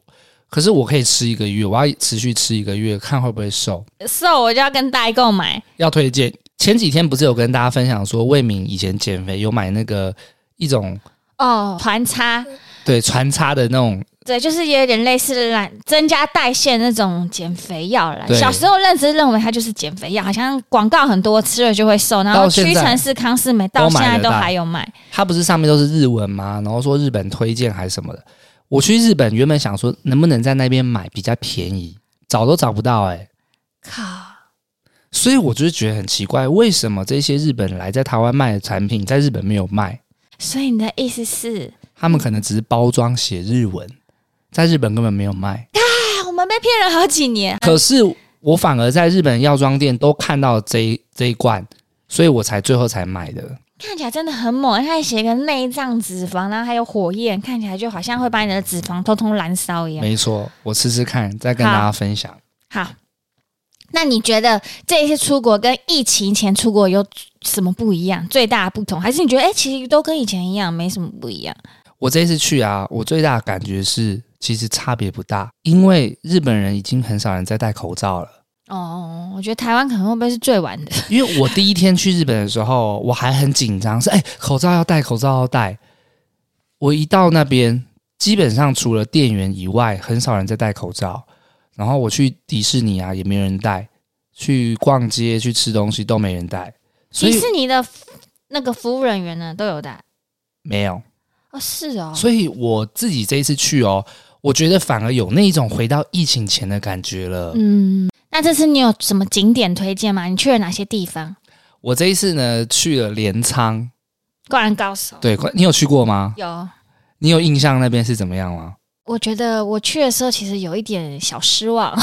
S2: 可是我可以吃一个月，我要持续吃一个月，看会不会瘦。
S1: 瘦我就要跟代购买，
S2: 要推荐，前几天不是有跟大家分享说，魏敏以前减肥有买那个一种
S3: 哦，
S1: 团插，
S2: 对穿插的那种，
S1: 对，就是有点类似懒增加代谢那种减肥药啦。
S2: 对
S1: 小时候认知认为它就是减肥药，好像广告很多吃了就会瘦，然后
S2: 到现在
S1: 屈臣氏、康士美到
S2: 都
S1: 现
S2: 买
S1: 在
S2: 得
S1: 都
S2: 到
S1: 还有卖。
S2: 它不是上面都是日文吗？然后说日本推荐还是什么的。我去日本原本想说能不能在那边买比较便宜，找都找不到哎、
S1: 靠，
S2: 所以我就是觉得很奇怪，为什么这些日本人来在台湾卖的产品在日本没有卖？
S1: 所以你的意思是，
S2: 他们可能只是包装写日文，在日本根本没有卖。
S1: 啊，我们被骗了好几年。
S2: 可是我反而在日本药妆店都看到这一这一罐，所以我才最后才买的。
S1: 看起来真的很猛，它还写个内脏脂肪，然后还有火焰，看起来就好像会把你的脂肪通通燃烧一样。
S2: 没错，我吃吃看，再跟大家分享。
S1: 好，那你觉得这一次出国跟疫情前出国有什么不一样？最大的不同，还是你觉得哎、诶其实都跟以前一样，没什么不一样？
S2: 我这一次去啊，我最大的感觉是，其实差别不大，因为日本人已经很少人在戴口罩了。
S1: 哦，我觉得台湾可能会不会是最晚的？
S2: 因为我第一天去日本的时候，我还很紧张，是哎、口罩要戴，口罩要戴。我一到那边，基本上除了店员以外，很少人在戴口罩。然后我去迪士尼啊，也没人戴；去逛街、去吃东西都没人戴，所
S1: 迪
S2: 以
S1: 士尼的那个服务人员呢都有的
S2: 没有。
S1: 哦，是哦，
S2: 所以我自己这一次去哦，我觉得反而有那一种回到疫情前的感觉了。
S1: 嗯，那这次你有什么景点推荐吗？你去了哪些地方？
S2: 我这一次呢去了镰仓，
S1: 灌篮高手
S2: 对，你有去过吗？
S1: 有。
S2: 你有印象那边是怎么样吗？
S1: 我觉得我去的时候其实有一点小失 望，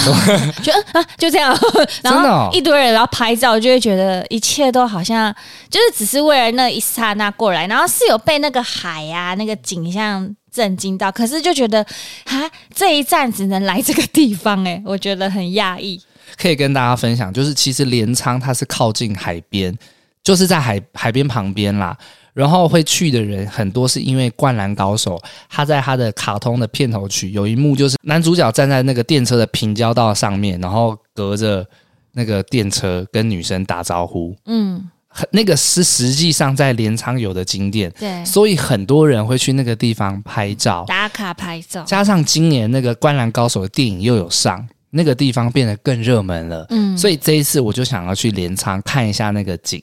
S1: 觉得啊就这样，然
S2: 真的
S1: 后
S2: 哦
S1: 一堆人然后拍照，就会觉得一切都好像就是只是为了那一刹那过来，然后是有被那个海呀、那个景象震惊到，可是就觉得啊这一站只能来这个地方哎、我觉得很讶异。
S2: 可以跟大家分享，就是其实镰仓它是靠近海边，就是在海海边旁边啦。然后会去的人很多，是因为《灌篮高手》，他在他的卡通的片头曲有一幕，就是男主角站在那个电车的平交道上面，然后隔着那个电车跟女生打招呼。
S1: 嗯，
S2: 很那个是实际上在镰仓有的景点，
S1: 对，
S2: 所以很多人会去那个地方拍照。
S1: 打卡拍照，
S2: 加上今年那个《灌篮高手》的电影又有上，那个地方变得更热门了。
S1: 嗯，
S2: 所以这一次我就想要去镰仓看一下那个景。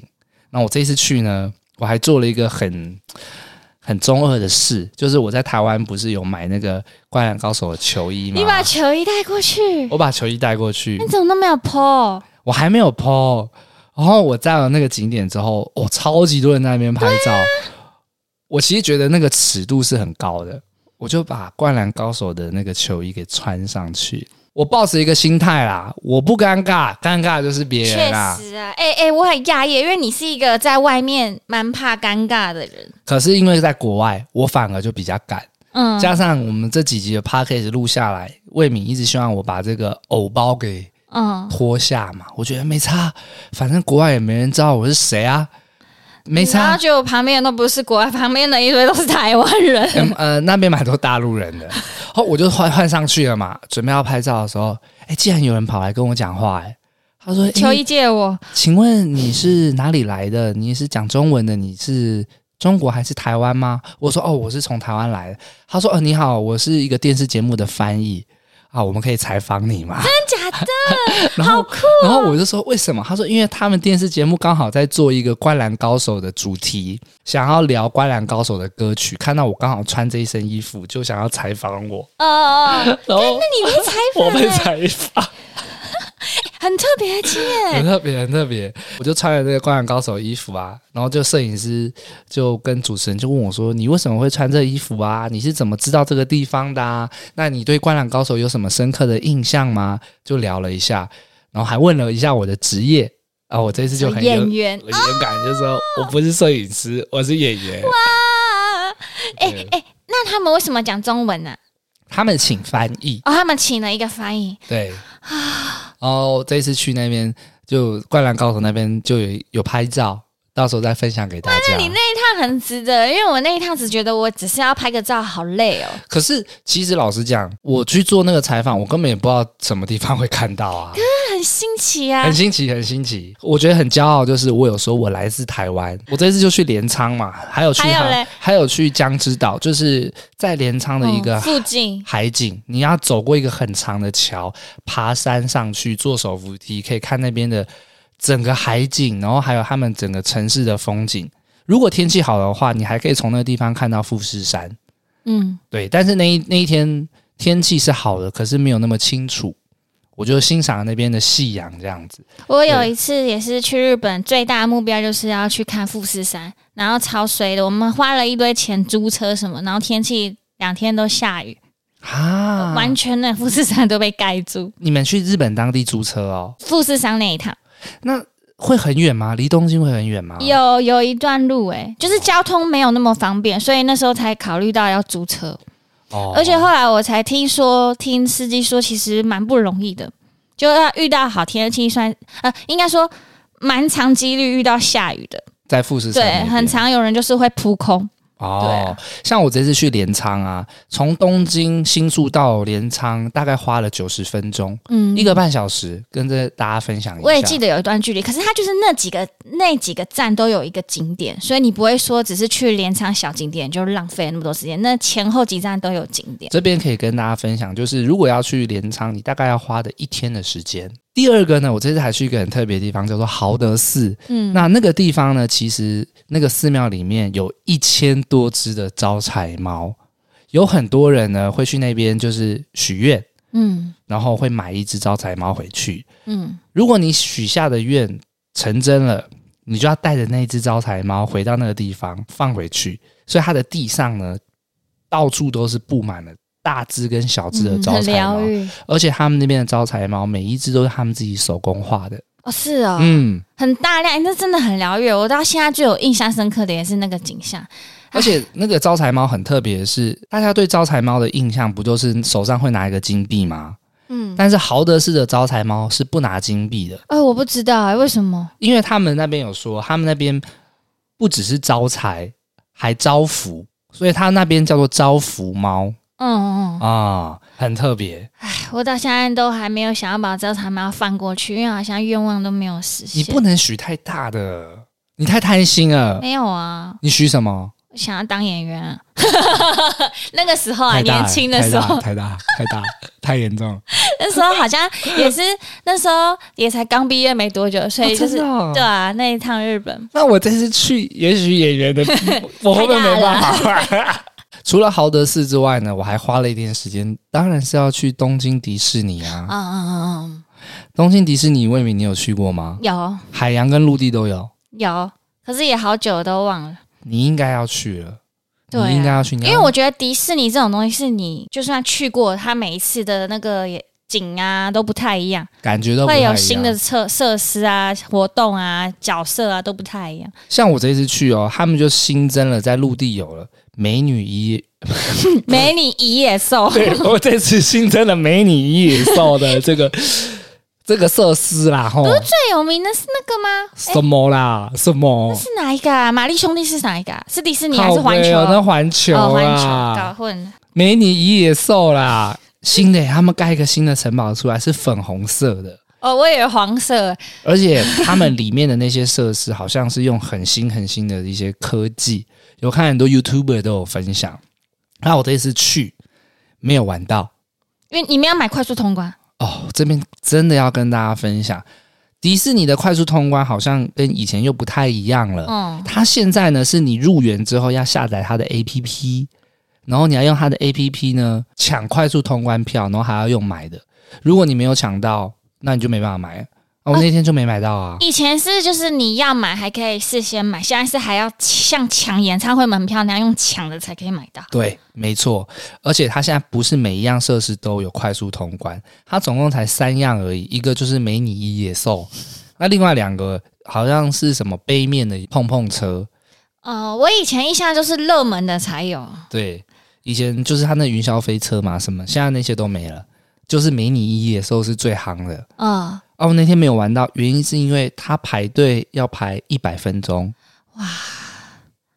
S2: 那我这一次去呢，我还做了一个很很中二的事，就是我在台湾不是有买那个《灌篮高手》的球衣吗
S1: 你？把球衣带过去，
S2: 我把球衣带过去
S1: 你，怎么都没有 po？
S2: 我还没有 PO。然后我到了那个景点之后，哦，超级多人在那边拍照。我其实觉得那个尺度是很高的，我就把《灌篮高手》的那个球衣给穿上去。我抱持一个心态啦，我不尴尬，尴尬的就是别
S1: 确
S2: 人啦。
S1: 实啊，哎、哎、我很讶异，因为你是一个在外面蛮怕尴尬的人。
S2: 可是因为在国外，我反而就比较敢。
S1: 嗯，
S2: 加上我们这几集的 podcast 录下来，魏敏一直希望我把这个偶包给
S1: 嗯，
S2: 脱下嘛，我觉得没差，反正国外也没人知道我是谁啊，没
S1: 嗯然后
S2: 差。
S1: 就旁边的都不是国外，旁边的一堆都是台湾人。
S2: 嗯呃，那边蛮多大陆人的， 哦，我就换换上去了嘛，准备要拍照的时候，哎，竟然有人跑来跟我讲话，哎，他说：“
S1: 求
S2: 哎
S1: 一借我，
S2: 请问你是哪里来的？你是讲中文的？你是中国还是台湾吗？我说哦，我是从台湾来的。他说哦，你好，我是一个电视节目的翻译啊，我们可以采访你吗？
S1: 真假的？ 哦
S2: 然后，然后我就说为什么？他说因为他们电视节目刚好在做一个《灌篮高手》的主题，想要聊《灌篮高手》的歌曲，看到我刚好穿这一身衣服，就想要采访我，
S1: 哦哦，
S2: 然
S1: 那
S2: 后
S1: 你被采
S2: 我
S1: 访、欸，
S2: 被采访。
S1: 很特 别的经
S2: 很
S1: 验。
S2: 特别，很特别。我就穿了那个《灌篮高手》衣服啊，然后就摄影师就跟主持人就问我说：“你为什么会穿这衣服啊？你是怎么知道这个地方的、啊？那你对《灌篮高手》有什么深刻的印象吗？”就聊了一下，然后还问了一下我的职业啊。我这次就很有
S1: 演员
S2: 很勇敢，就说我不是摄影师，我是演员。
S1: 啊，哎、
S2: 对
S1: 哎、那他们为什么讲中文呢、
S2: 他们请翻译，
S1: 哦，他们请了一个翻译，
S2: 对然后这次去那边就《灌篮高手》那边就有有拍照。到时候再分享给大家。
S1: 你那一趟很值得，因为我那一趟只觉得我只是要拍个照，好累哦。
S2: 可是，其实老实讲，我去做那个采访，我根本也不知道什么地方会看到啊。
S1: 很很新奇啊
S2: 很。新奇，很新奇。我觉得很骄傲，就是我有说我来自台湾，我这次就去镰仓嘛，还有去
S1: 还有
S2: 韩
S1: 嘞
S2: 还有去江之岛，就是在镰仓的一个
S1: 嗯附近，
S2: 海景，你要走过一个很长的桥，爬山上去，坐手扶梯，可以看那边的整个海景，然后还有他们整个城市的风景。如果天气好的话，你还可以从那个地方看到富士山。
S1: 嗯，
S2: 对，但是那一那一天天气是好的，可是没有那么清楚。我就欣赏那边的夕阳这样子，
S1: 我有
S2: 对
S1: 一次也是去日本，最大的目标就是要去看富士山，然后超水的，我们花了一堆钱租车什么，然后天气两天都下雨，
S2: 啊，
S1: 完全那富士山都被盖 住。
S2: 你们去日本当地租车哦，
S1: 富士山那一趟
S2: 那会很远吗？离东京会很远吗？
S1: 有有一段路、欸，就是交通没有那么方便，所以那时候才考虑到要租车。
S2: 哦
S1: 而且后来我才听说，听司机说，其实蛮不容易的，就要遇到好天气，算呃，应该说蛮长几率遇到下雨的。
S2: 在富士山那
S1: 对，
S2: 边，
S1: 很常有人就是会扑空。对
S2: 哦
S1: 啊。
S2: 像我这次去镰仓啊，从东京新宿到镰仓大概花了九十分钟，
S1: 嗯
S2: 一个半小时，跟着大家分享一下。
S1: 我也记得有一段距离，可是它就是那几个那几个站都有一个景点，所以你不会说只是去镰仓小景点就浪费了那么多时间。那前后几站都有景点。
S2: 这边可以跟大家分享，就是如果要去镰仓，你大概要花的一天的时间。第二个呢，我这次还去一个很特别的地方，叫做豪德寺。
S1: 嗯，
S2: 那那个地方呢，其实那个寺庙里面有一千多只的招财猫，有很多人呢会去那边就是许愿，
S1: 嗯
S2: 然后会买一只招财猫回去。
S1: 嗯，
S2: 如果你许下的愿成真了，你就要带着那只招财猫回到那个地方放回去。所以它的地上呢，到处都是布满了大只跟小只的
S1: 嗯
S2: 招
S1: 很
S2: 财猫，
S1: 疗愈
S2: 而且他们那边的招财猫每一只都是他们自己手工画的。
S1: 哦，是哦，
S2: 嗯，
S1: 很大量，那真的很疗愈。我到现在最有印象深刻的也是那个景象。
S2: 而且那个招财猫很特别的是，大家对招财猫的印象不就是手上会拿一个金币吗？
S1: 嗯，
S2: 但是豪德式的招财猫是不拿金币的，
S1: 哦，我不知道、欸、为什么。
S2: 因为他们那边有说，他们那边不只是招财，还招福，所以他那边叫做招福猫
S1: 嗯嗯，嗯
S2: 啊，很特别。
S1: 我到现在都还没有想要把招财猫放过去，因为好像愿望都没有实
S2: 你
S1: 现。
S2: 不能许太大的，你太贪心了。
S1: 没有啊，
S2: 你许什么？
S1: 我想要当演员、啊。 那个时候啊，
S2: 太大了
S1: 年轻的时候，
S2: 太大，太大，太大，太严重了。
S1: 那时候好像也是那时候也才刚毕业没多久，所以
S2: 哦
S1: 就是、
S2: 真的哦
S1: 对啊，那一趟日本，
S2: 那我这次去，也许演 员的我会不会没办法？ 除了豪德寺之外呢，我还花了一点时间，当然是要去东京迪士尼啊。
S1: 嗯嗯嗯
S2: 东京迪士尼，魏明，你有去过吗
S1: 嗯，？有
S2: 海洋跟陆地都有。
S1: 有，可是也好久都忘了。
S2: 你应该要去了，
S1: 对啊
S2: 你应该要去，你
S1: 因
S2: 要
S1: 为我觉得迪士尼这种东西是你就算去过，它每一次的那个也景啊都不太一样，
S2: 感觉到
S1: 会有新的。设设施啊、活动啊、角色啊都不太一样。
S2: 像我这一次去哦，他们就新增了在陆地有了美 女一，，
S1: 美女与野兽
S2: 对我这次新增了美女与野兽的这个 这个设施啦，吼，
S1: 最有名的是那个吗？
S2: 什么啦，什么？
S1: 是哪一个啊？玛丽兄弟是哪一个、啊？是迪士尼还
S2: 好
S1: 是环球？
S2: 贵哦那环球
S1: 哦，环球搞
S2: 啦，
S1: 混了。
S2: 美女与野兽啦，新的耶，他们盖一个新的城堡出来，是粉红色的。
S1: 哦，我以为黄色。
S2: 而且他们里面的那些设施好像是用很新很新的一些科技， 有看很多 YouTuber 都有分享。那我这次去没有玩到
S1: 因为你们要买快速通关，
S2: 哦，这边真的要跟大家分享，迪士尼的快速通关好像跟以前又不太一样了。
S1: 嗯，
S2: 它现在呢是你入园之后要下载它的 APP，然后你要用它的 APP 呢抢快速通关票，然后还要用买的。如果你没有抢到，那你就没办法买了。哦，我那天就没买到啊。
S1: 以前是就是你要买还可以事先买，现在是还要像抢演唱会门票那样用抢的才可以买到。
S2: 对，没错，而且它现在不是每一样设施都有快速通关，它总共才三样而已，一个就是美女与野兽，那另外两个好像是什么杯面的碰碰车，
S1: 呃，我以前印象就是热门的才有，
S2: 对，以前就是它那云霄飞车嘛，什么现在那些都没了，就是美女与野兽是最夯的。
S1: 嗯，
S2: 哦，我那天没有玩到，原因是因为它排队要排一百分钟，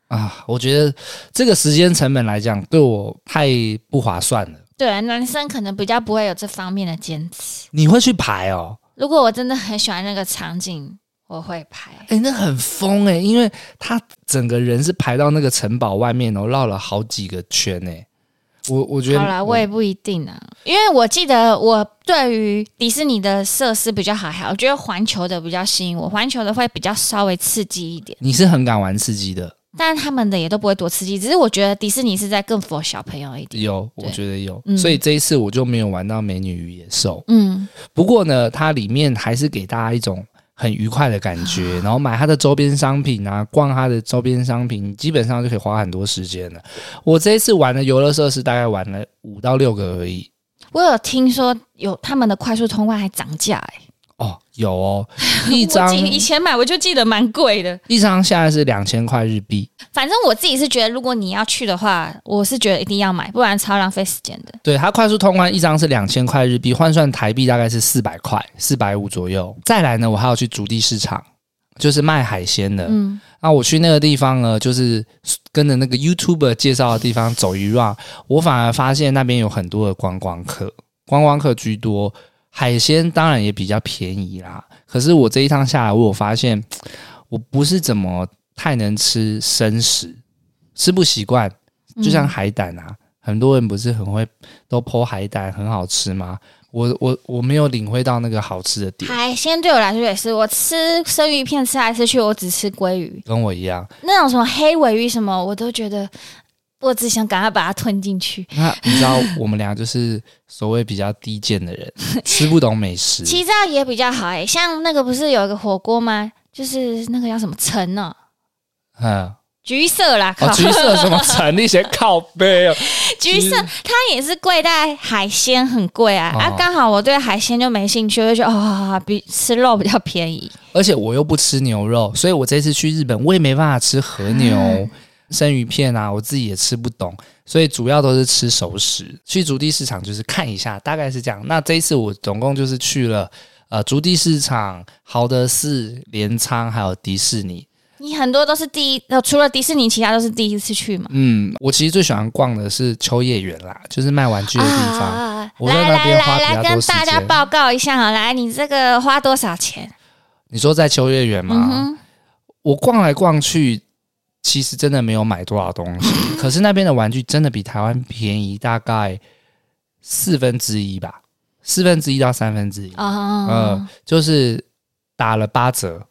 S2: 哇啊，我觉得这个时间成本来讲，对我太不划算了。
S1: 对，男生可能比较不会有这方面的坚持。
S2: 你会去排哦？
S1: 如果我真的很喜欢那个场景，我会拍。
S2: 哎、那很疯哎、因为他整个人是排到那个城堡外面，然后绕了好几个圈哎、我我觉得
S1: 好啦，我也不一定啊，因为我记得我对于迪士尼的设施比较好还好，我觉得环球的比较吸引我，环球的会比较稍微刺激一点，
S2: 你是很敢玩刺激的，
S1: 但他们的也都不会多刺激，只是我觉得迪士尼是在更符合小朋友一点。
S2: 有，
S1: 对
S2: 我觉得有，
S1: 嗯
S2: 所以这一次我就没有玩到《美女与野兽》。
S1: 嗯，
S2: 不过呢，它里面还是给大家一种很愉快的感 觉，然后买它的周边商品啊，逛它的周边商品，基本上就可以花很多时间了。我这一次玩的游乐设施大概玩了五到六个而已。
S1: 我有听说有他们的快速通关还涨价、欸，
S2: 哦，有 哦，一
S1: 我
S2: 张
S1: 记以前买我就记得蛮贵的。
S2: 一张现在是两千块日币。
S1: 反正我自己是觉得，如果你要去的话，我是觉得一定要买，不然超浪费时间的。
S2: 对，它快速通关一张是两千块日币，换算台币大概是四百块，四百五左右。再来呢，我还要去竹地市场，就是卖海鲜的。
S1: 嗯，
S2: 那我去那个地方呢，就是跟着那个 YouTuber 介绍的地方走一 round，我反而发现那边有很多的观光客，观光客居多，海鲜当然也比较便宜啦。可是我这一趟下来，我有发现我不是怎么太能吃生食，吃不习惯，
S1: 嗯
S2: 就像海胆啊，很多人不是很会都剖海胆很好吃吗？我我我没有领会到那个好吃的点，
S1: 海鲜对我来说也是，我吃生鱼片吃来吃去，我只吃鲑鱼，
S2: 跟我一样。
S1: 那种什么黑尾鱼什么，我都觉得我只想赶快把它吞进去。
S2: 那你知道我们俩就是所谓比较低贱的人，吃不懂美食。
S1: 其实这样也比较好诶、像那个不是有一个火锅吗？就是那个叫什么橙呢、
S2: 嗯，
S1: 橘色啦，靠，
S2: 哦，橘色什么陈 立贤靠背哦，
S1: 橘色它也是贵，但海鲜很贵啊。
S2: 哦
S1: 啊，刚好我对海鲜就没兴趣，我就觉得哦，好好比吃肉比较便宜。
S2: 而且我又不吃牛肉，所以我这次去日本我也没办法吃和牛、
S1: 嗯
S2: 生鱼片啊，我自己也吃不懂，所以主要都是吃熟食。去竹地市场就是看一下，大概是这样。那这一次我总共就是去了呃竹地市场、豪德寺、镰仓还有迪士尼。
S1: 你很多都是第一，呃除了迪士尼，其他都是第一次去嘛。
S2: 嗯，我其实最喜欢逛的是秋叶原啦，就是卖玩具的地方。
S1: 啊
S2: 我在
S1: 来
S2: 那
S1: 来
S2: 边
S1: 来
S2: 花比较
S1: 来，
S2: 多
S1: 跟
S2: 时
S1: 大家
S2: 间
S1: 报告一下好，来，你这个花多少钱？
S2: 你说在秋叶原
S1: 嗯
S2: 吗？
S1: 哼，
S2: 我逛来逛去，其实真的没有买多少东西， 可是那边的玩具真的比台湾便宜大概四分之一吧，四分之一到三分之一，
S1: 哦，
S2: 嗯就是打了八折，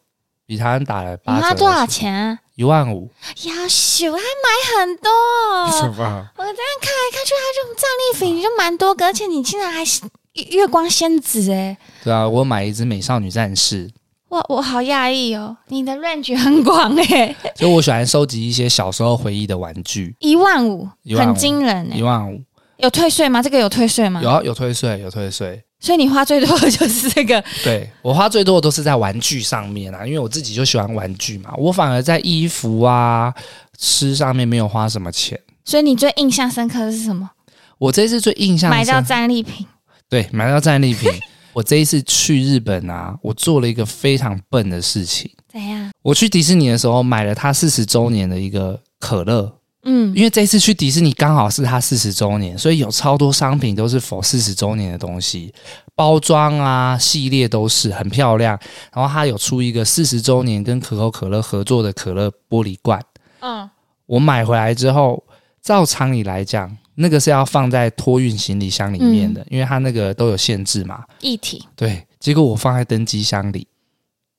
S2: 比台湾打了
S1: 你
S2: 八折，
S1: 花多少？钱啊？
S2: 一万五，
S1: 要喜欢买很多哦、
S2: 么？
S1: 我这样看来看去，它这种战利品就蛮多个，而且你竟然还是月月光仙子哎、
S2: 对啊，我买一只美少女战士，
S1: 哇，我好讶异哦，你的 range 很广哎、
S2: 所以我喜欢收集一些小时候回忆的玩具，
S1: 一万五，
S2: 15,000
S1: 很惊人哎、
S2: 一万五，
S1: 有退税吗？这个有退税吗？
S2: 有，啊有退税，有退税。
S1: 所以你花最多的就是这个，
S2: 对我花最多的都是在玩具上面啊，因为我自己就喜欢玩具嘛，我反而在衣服啊、吃上面没有花什么钱。
S1: 所以你最印象深刻的是什么？
S2: 我这次最印象
S1: 买到
S2: 深
S1: 战利品，
S2: 对买到战利品。我这一次去日本啊，我做了一个非常笨的事情。
S1: 怎样？
S2: 我去迪士尼的时候买了他四十周年的一个可乐，
S1: 嗯
S2: 因为这一次去迪士尼刚好是他四十周年，所以有超多商品都是否四十周年的东西，包装啊系列都是很漂亮。然后他有出一个四十周年跟可口可乐合作的可乐玻璃罐，
S1: 嗯，
S2: 我买回来之后，照常理来讲，那个是要放在托运行李箱里面的，因为它那个都有限制嘛。
S1: 一体
S2: 对，结果我放在登机箱里，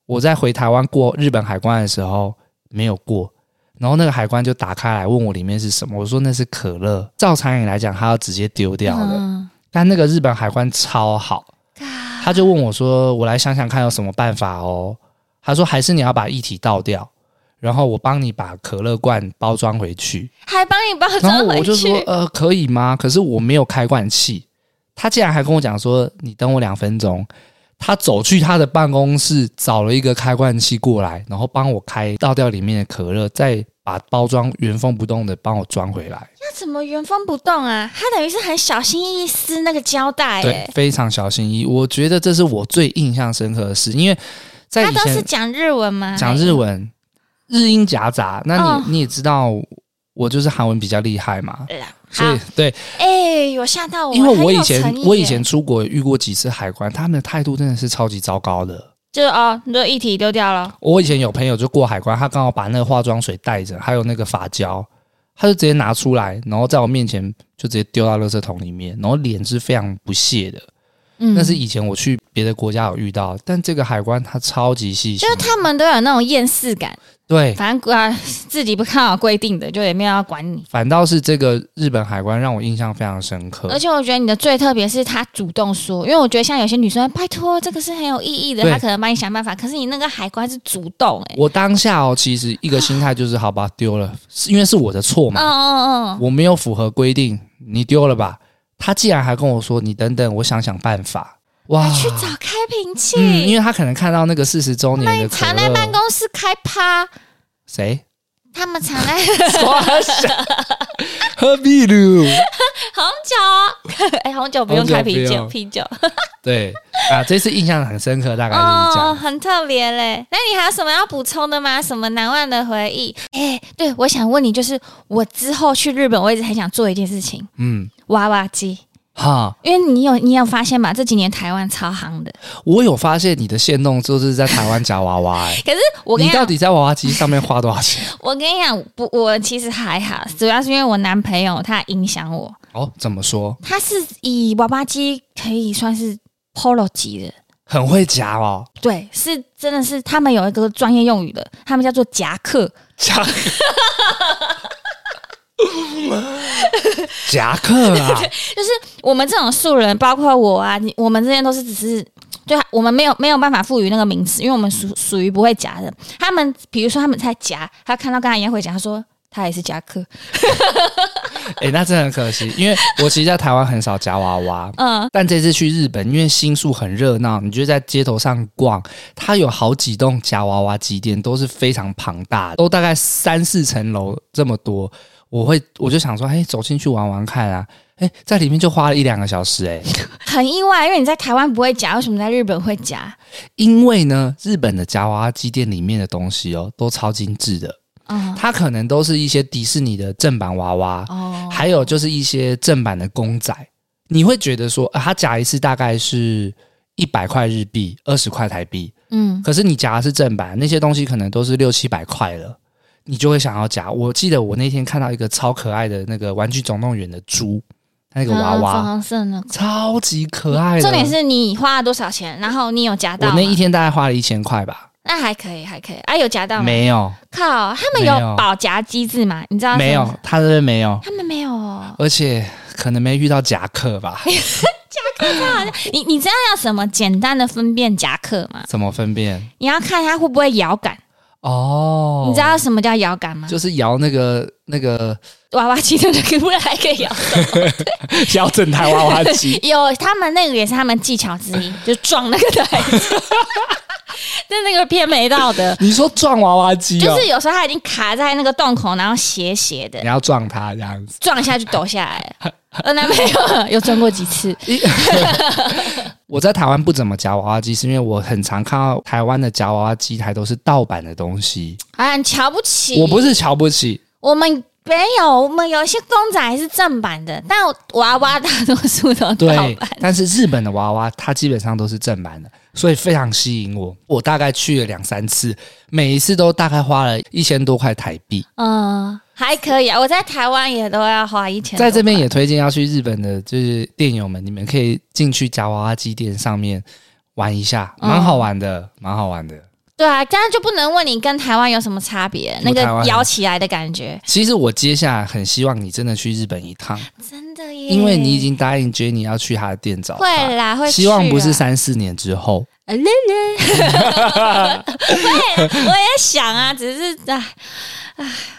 S2: 我在回台湾过日本海关的时候没有过，然后那个海关就打开来问我里面是什么，我说那是可乐，照常理来讲他要直接丢掉的，
S1: 嗯
S2: 但那个日本海关超好，
S1: 嘎
S2: 他就问我说：“我来想想看有什么办法哦。”他说：“还是你要把液体倒掉，然后我帮你把可乐罐包装回去。
S1: 还帮你 包”
S2: 然后
S1: 装
S2: 我
S1: 回
S2: 就
S1: 去
S2: 说：“，呃，可以吗？”可是我没有开罐器。他竟然还跟我讲说：“你等我两分钟。”他走去他的办公室，找了一个开罐器过来，然后帮我开倒掉里面的可乐，再把包装原封不动的帮我装回来。
S1: 那怎么原封不动啊？他等于是很小心翼翼撕那个胶带、
S2: 对
S1: 欸，，
S2: 非常小心翼翼。我觉得这是我最印象深刻的事，因为在
S1: 他
S2: 以
S1: 都
S2: 前
S1: 是讲日文吗？
S2: 讲日文，日英夹杂。那你、
S1: 哦
S2: 你也知道，我就是韩文比较厉害嘛，
S1: 啦
S2: 所以
S1: 好，
S2: 对，
S1: 哎、有吓到我，
S2: 因为
S1: 很
S2: 我
S1: 有
S2: 以前
S1: 诚意
S2: 我以
S1: 耶
S2: 前出国遇过几次海关，他们的态度真的是超级糟糕的。
S1: 就是哦，你的议题丢掉了，
S2: 我以前有朋友就过海关，他刚好把那个化妆水带着，还有那个发胶，他就直接拿出来，然后在我面前就直接丢到垃圾桶里面，然后脸是非常不屑的。
S1: 嗯，
S2: 那是以前我去别的国家有遇到，但这个海关他超级细
S1: 就
S2: 心
S1: 是，他们都有那种厌世感，
S2: 对，
S1: 反正啊自己不看好规定的，就也没有要管你。
S2: 反倒是这个日本海关让我印象非常深刻
S1: 而。且我觉得你的最特别是他主动说，因为我觉得像有些女生，拜托这个是很有意义的，
S2: 对
S1: 她可能帮你想办法。可是你那个海关是主动、欸，
S2: 我当下哦，其实一个心态就是好吧，丢了，是因为是我的错嘛
S1: 嗯，嗯嗯，
S2: 我没有符合规定，你丢了吧。他竟然还跟我说：“你等等，我想想办法。”哇
S1: 还，去找开瓶器，
S2: 嗯，因为他可能看到那个四十周年的可
S1: 藏在办
S2: 乐，
S1: 公室开趴，
S2: 谁？
S1: 他们藏在
S2: 哇塞喝秘鲁，
S1: 红酒， 哎、红酒不用
S2: 红酒
S1: 开啤
S2: 不
S1: 酒，
S2: 用
S1: 啤酒
S2: 对啊，这次印象很深刻，大概就是这
S1: 哦，
S2: 样。
S1: 很特别嘞。那你还有什么要补充的吗？什么难忘的回忆？哎、对，我想问你，就是我之后去日本，我一直很想做一件事情，
S2: 嗯，
S1: 娃娃机。
S2: 哈，
S1: 因为你有你有发现吧？这几年台湾超夯的，
S2: 我有发现你的线动就是在台湾夹娃娃、欸，
S1: 可是 我跟
S2: 你
S1: 你
S2: 到
S1: 讲，
S2: 底在娃娃机上面花多 少钱？
S1: 我跟你讲，不，我其实还好，主要是因为我男朋友他影响我，
S2: 哦，怎么说？
S1: 他是以娃娃机可以算是 Polo 级的，
S2: 很会夹哦，
S1: 对，是真的是他们有一个专业用语的，他们叫做夹克，
S2: 夹夹克啊，
S1: 就是我们这种素人，包括我啊，你我们这些都是只是。就我们没有没有办法赋予那个名词，因为我们属属于不会夹的。他们比如说他们在夹，他看到跟他一样会夹，他说他也是夹克，
S2: 哎、那真的很可惜，因为我其实，在台湾很少夹娃娃，
S1: 嗯，
S2: 但这次去日本，因为新宿很热闹，你就在街头上逛，它有好几栋夹娃娃机店，都是非常庞大的，都大概三四层楼这么多。我会，我就想说，哎，走进去玩玩看啊，哎，在里面就花了一两个小时、诶哎，
S1: 很意外，因为你在台湾不会夹，为什么在日本会夹？
S2: 因为呢，日本的夹娃娃机店里面的东西哦，都超精致的，
S1: 嗯，
S2: 它可能都是一些迪士尼的正版娃娃，
S1: 哦，
S2: 还有就是一些正版的公仔，你会觉得说，啊、它夹一次大概是一百块日币，二十块台币，
S1: 嗯，
S2: 可是你夹的是正版，那些东西可能都是六七百块了，你就会想要夹。我记得我那天看到一个超可爱的那个《玩具总动员》的猪，那个娃
S1: 嗯粉
S2: 娃、
S1: 红色那个。
S2: 超级可爱的。
S1: 重点是你花了多少钱，然后你有夹到
S2: 我
S1: 吗
S2: 那一天大概花了一千块吧，
S1: 那还可以，还可以啊，有夹到吗？
S2: 没有，
S1: 靠，他们
S2: 没
S1: 有
S2: 有
S1: 保夹机制吗？你知道
S2: 没
S1: 什
S2: 有
S1: 么，
S2: 他那边没有，
S1: 他们没有哦。
S2: 而且可能没遇到夹克吧？
S1: 你你知道要怎么简单的分辨夹克吗？
S2: 怎么分辨？
S1: 你要看它会不会摇杆。
S2: 哦，
S1: 你知道什么叫摇杆吗？
S2: 就是摇那个那个
S1: 娃娃机的那个不然还可以摇。。
S2: 摇整台娃娃机
S1: 有，他们那个也是他们技巧之一，就撞那个台 子，但那个偏没道德。
S2: 你说撞娃娃机哦，
S1: 就是有时候它已经卡在那个洞口，然后斜斜的
S2: 你要撞它这样子。
S1: 撞一下就抖下来了。我男朋友有撞过几次，
S2: 我在台湾不怎么夹娃娃机，是因为我很常看到台湾的夹娃娃机台都是盗版的东西。
S1: 啊，你瞧不起
S2: 我不是瞧不起，
S1: 我们没有，我们有一些公仔还是正版的，但娃娃大多数都盗
S2: 对
S1: 版，。
S2: 但是日本的娃娃它基本上都是正版的，所以非常吸引我。我大概去了两三次，每一次都大概花了一千多块台币。
S1: 嗯，还可以啊。我在台湾也都要花一千多，
S2: 在这边也推荐要去日本的，就是店友们，你们可以进去夹娃娃机店上面玩一下，
S1: 嗯
S2: 蛮好玩的，蛮好玩的。
S1: 对啊，当然就不能问你跟台湾有什么差别，那
S2: 我台
S1: 个
S2: 湾
S1: 摇起来的感觉，
S2: 其实我接下来很希望你真的去日本一趟，
S1: 真的 耶。
S2: 因为你已经答应 Jenny 要去他的店找
S1: 会
S2: 他，
S1: 啦，会
S2: 希望
S1: 去啊
S2: 不是
S1: 啦
S2: 三四年之后。
S1: 啊嘞嘞， 对，我也想啊，只是唉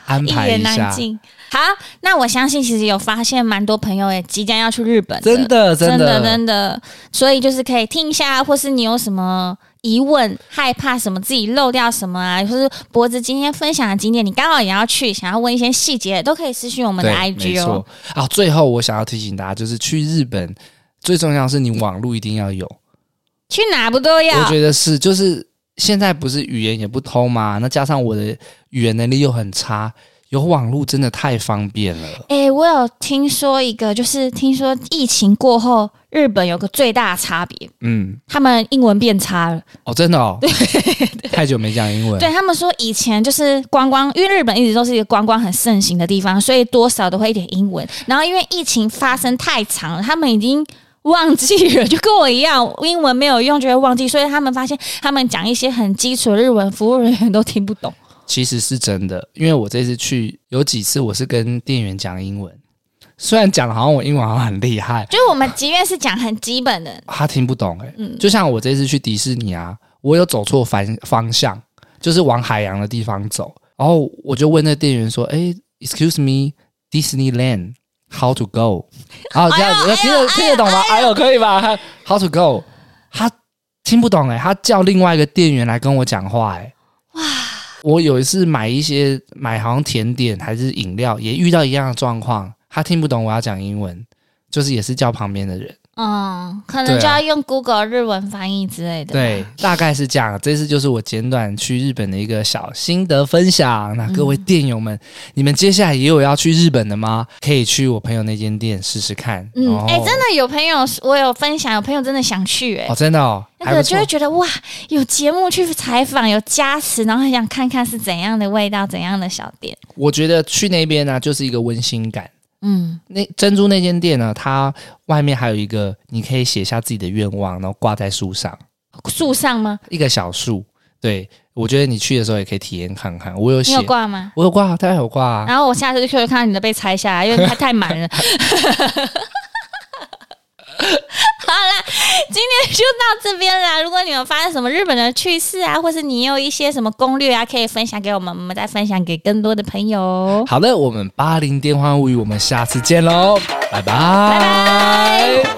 S2: 安
S1: 一
S2: 排
S1: 言
S2: 一
S1: 难
S2: 下，
S1: 尽。好，那我相信其实有发现蛮多朋友也即将要去日本
S2: 真
S1: 的。
S2: 的
S1: 真
S2: 真的
S1: 真的，所以就是可以听一下，或是你有什么疑问、害怕什么，自己漏掉什么啊，或是脖子今天分享的景点，你刚好也要去，想要问一些细节，都可以私讯我们的
S2: 对，没
S1: IG 哦
S2: 错。啊。最后我想要提醒大家，就是去日本最重要的是你网络一定要有，
S1: 去哪不都要
S2: 我，觉得是，就是现在不是语言也不通嘛，那加上我的语言能力又很差，有网络真的太方便了。
S1: 哎、我有听说一个，就是听说疫情过后，日本有个最大的差别，
S2: 嗯，
S1: 他们英文变差了。
S2: 哦，真的哦，太久没讲英文，
S1: 对他们说，以前就是观光，因为日本一直都是一个观光很盛行的地方，所以多少都会一点英文。然后因为疫情发生太长了，他们已经。忘记了，就跟我一样，英文没有用，就会忘记，所以他们发现他们讲一些很基础的日文，服务人员都听不懂。
S2: 其实是真的，因为我这次去有几次我是跟店员讲英文，虽然讲的好像我英文好像很厉害，
S1: 就是我们即便是讲很基本的，
S2: 他听不懂哎、就像我这次去迪士尼啊，我有走错方方向，就是往海洋的地方走，然后我就问那店员说：“哎、e x c u s e me, Disneyland how to go？” 然后这样子、听得、听得懂吗？哎哎呦，可以吧他？How to go？他听不懂哎、他叫另外一个店员来跟我讲话哎、哇！我有一次买一些买好像甜点还是饮料，也遇到一样的状况，他听不懂我要讲英文，就是也是叫旁边的人。
S1: 嗯，可
S2: 对
S1: 能
S2: 啊
S1: 就要用 Google 日文翻译之类的。
S2: 对，大概是这样。这次就是我简短去日本的一个小心得分享。那各位店友们，你们接下来也有要去日本的吗？可以去我朋友那间店试试看。
S1: 嗯，
S2: 然后
S1: 哎、真的有朋友，我有分享，有朋友真的想去、哎、
S2: 哦，真的哦，
S1: 那
S2: 还不
S1: 个就
S2: 错
S1: 会。觉得哇，有节目去采访，有加持，然后很想看看是怎样的味道，怎样的小店。
S2: 我觉得去那边呢、就是一个温馨感。
S1: 嗯，
S2: 那珍珠那间店呢，它外面还有一个，你可以写下自己的愿望，然后挂在树上，
S1: 树上吗？
S2: 一个小树。对，我觉得你去的时候也可以体验看看。我有
S1: 你
S2: 写，
S1: 有挂吗？
S2: 我有挂，当然有挂啊。
S1: 然后我下次就可以看到你的被拆下来，因 为它太满了。 好啦，今天就到这边啦。如果你们发生什么日本的趣事啊，或是你有一些什么攻略啊，可以分享给我们，我们再分享给更多的朋友哦。
S2: 好的，我们八零电话物语，我们下次见喽，拜拜。
S1: 拜拜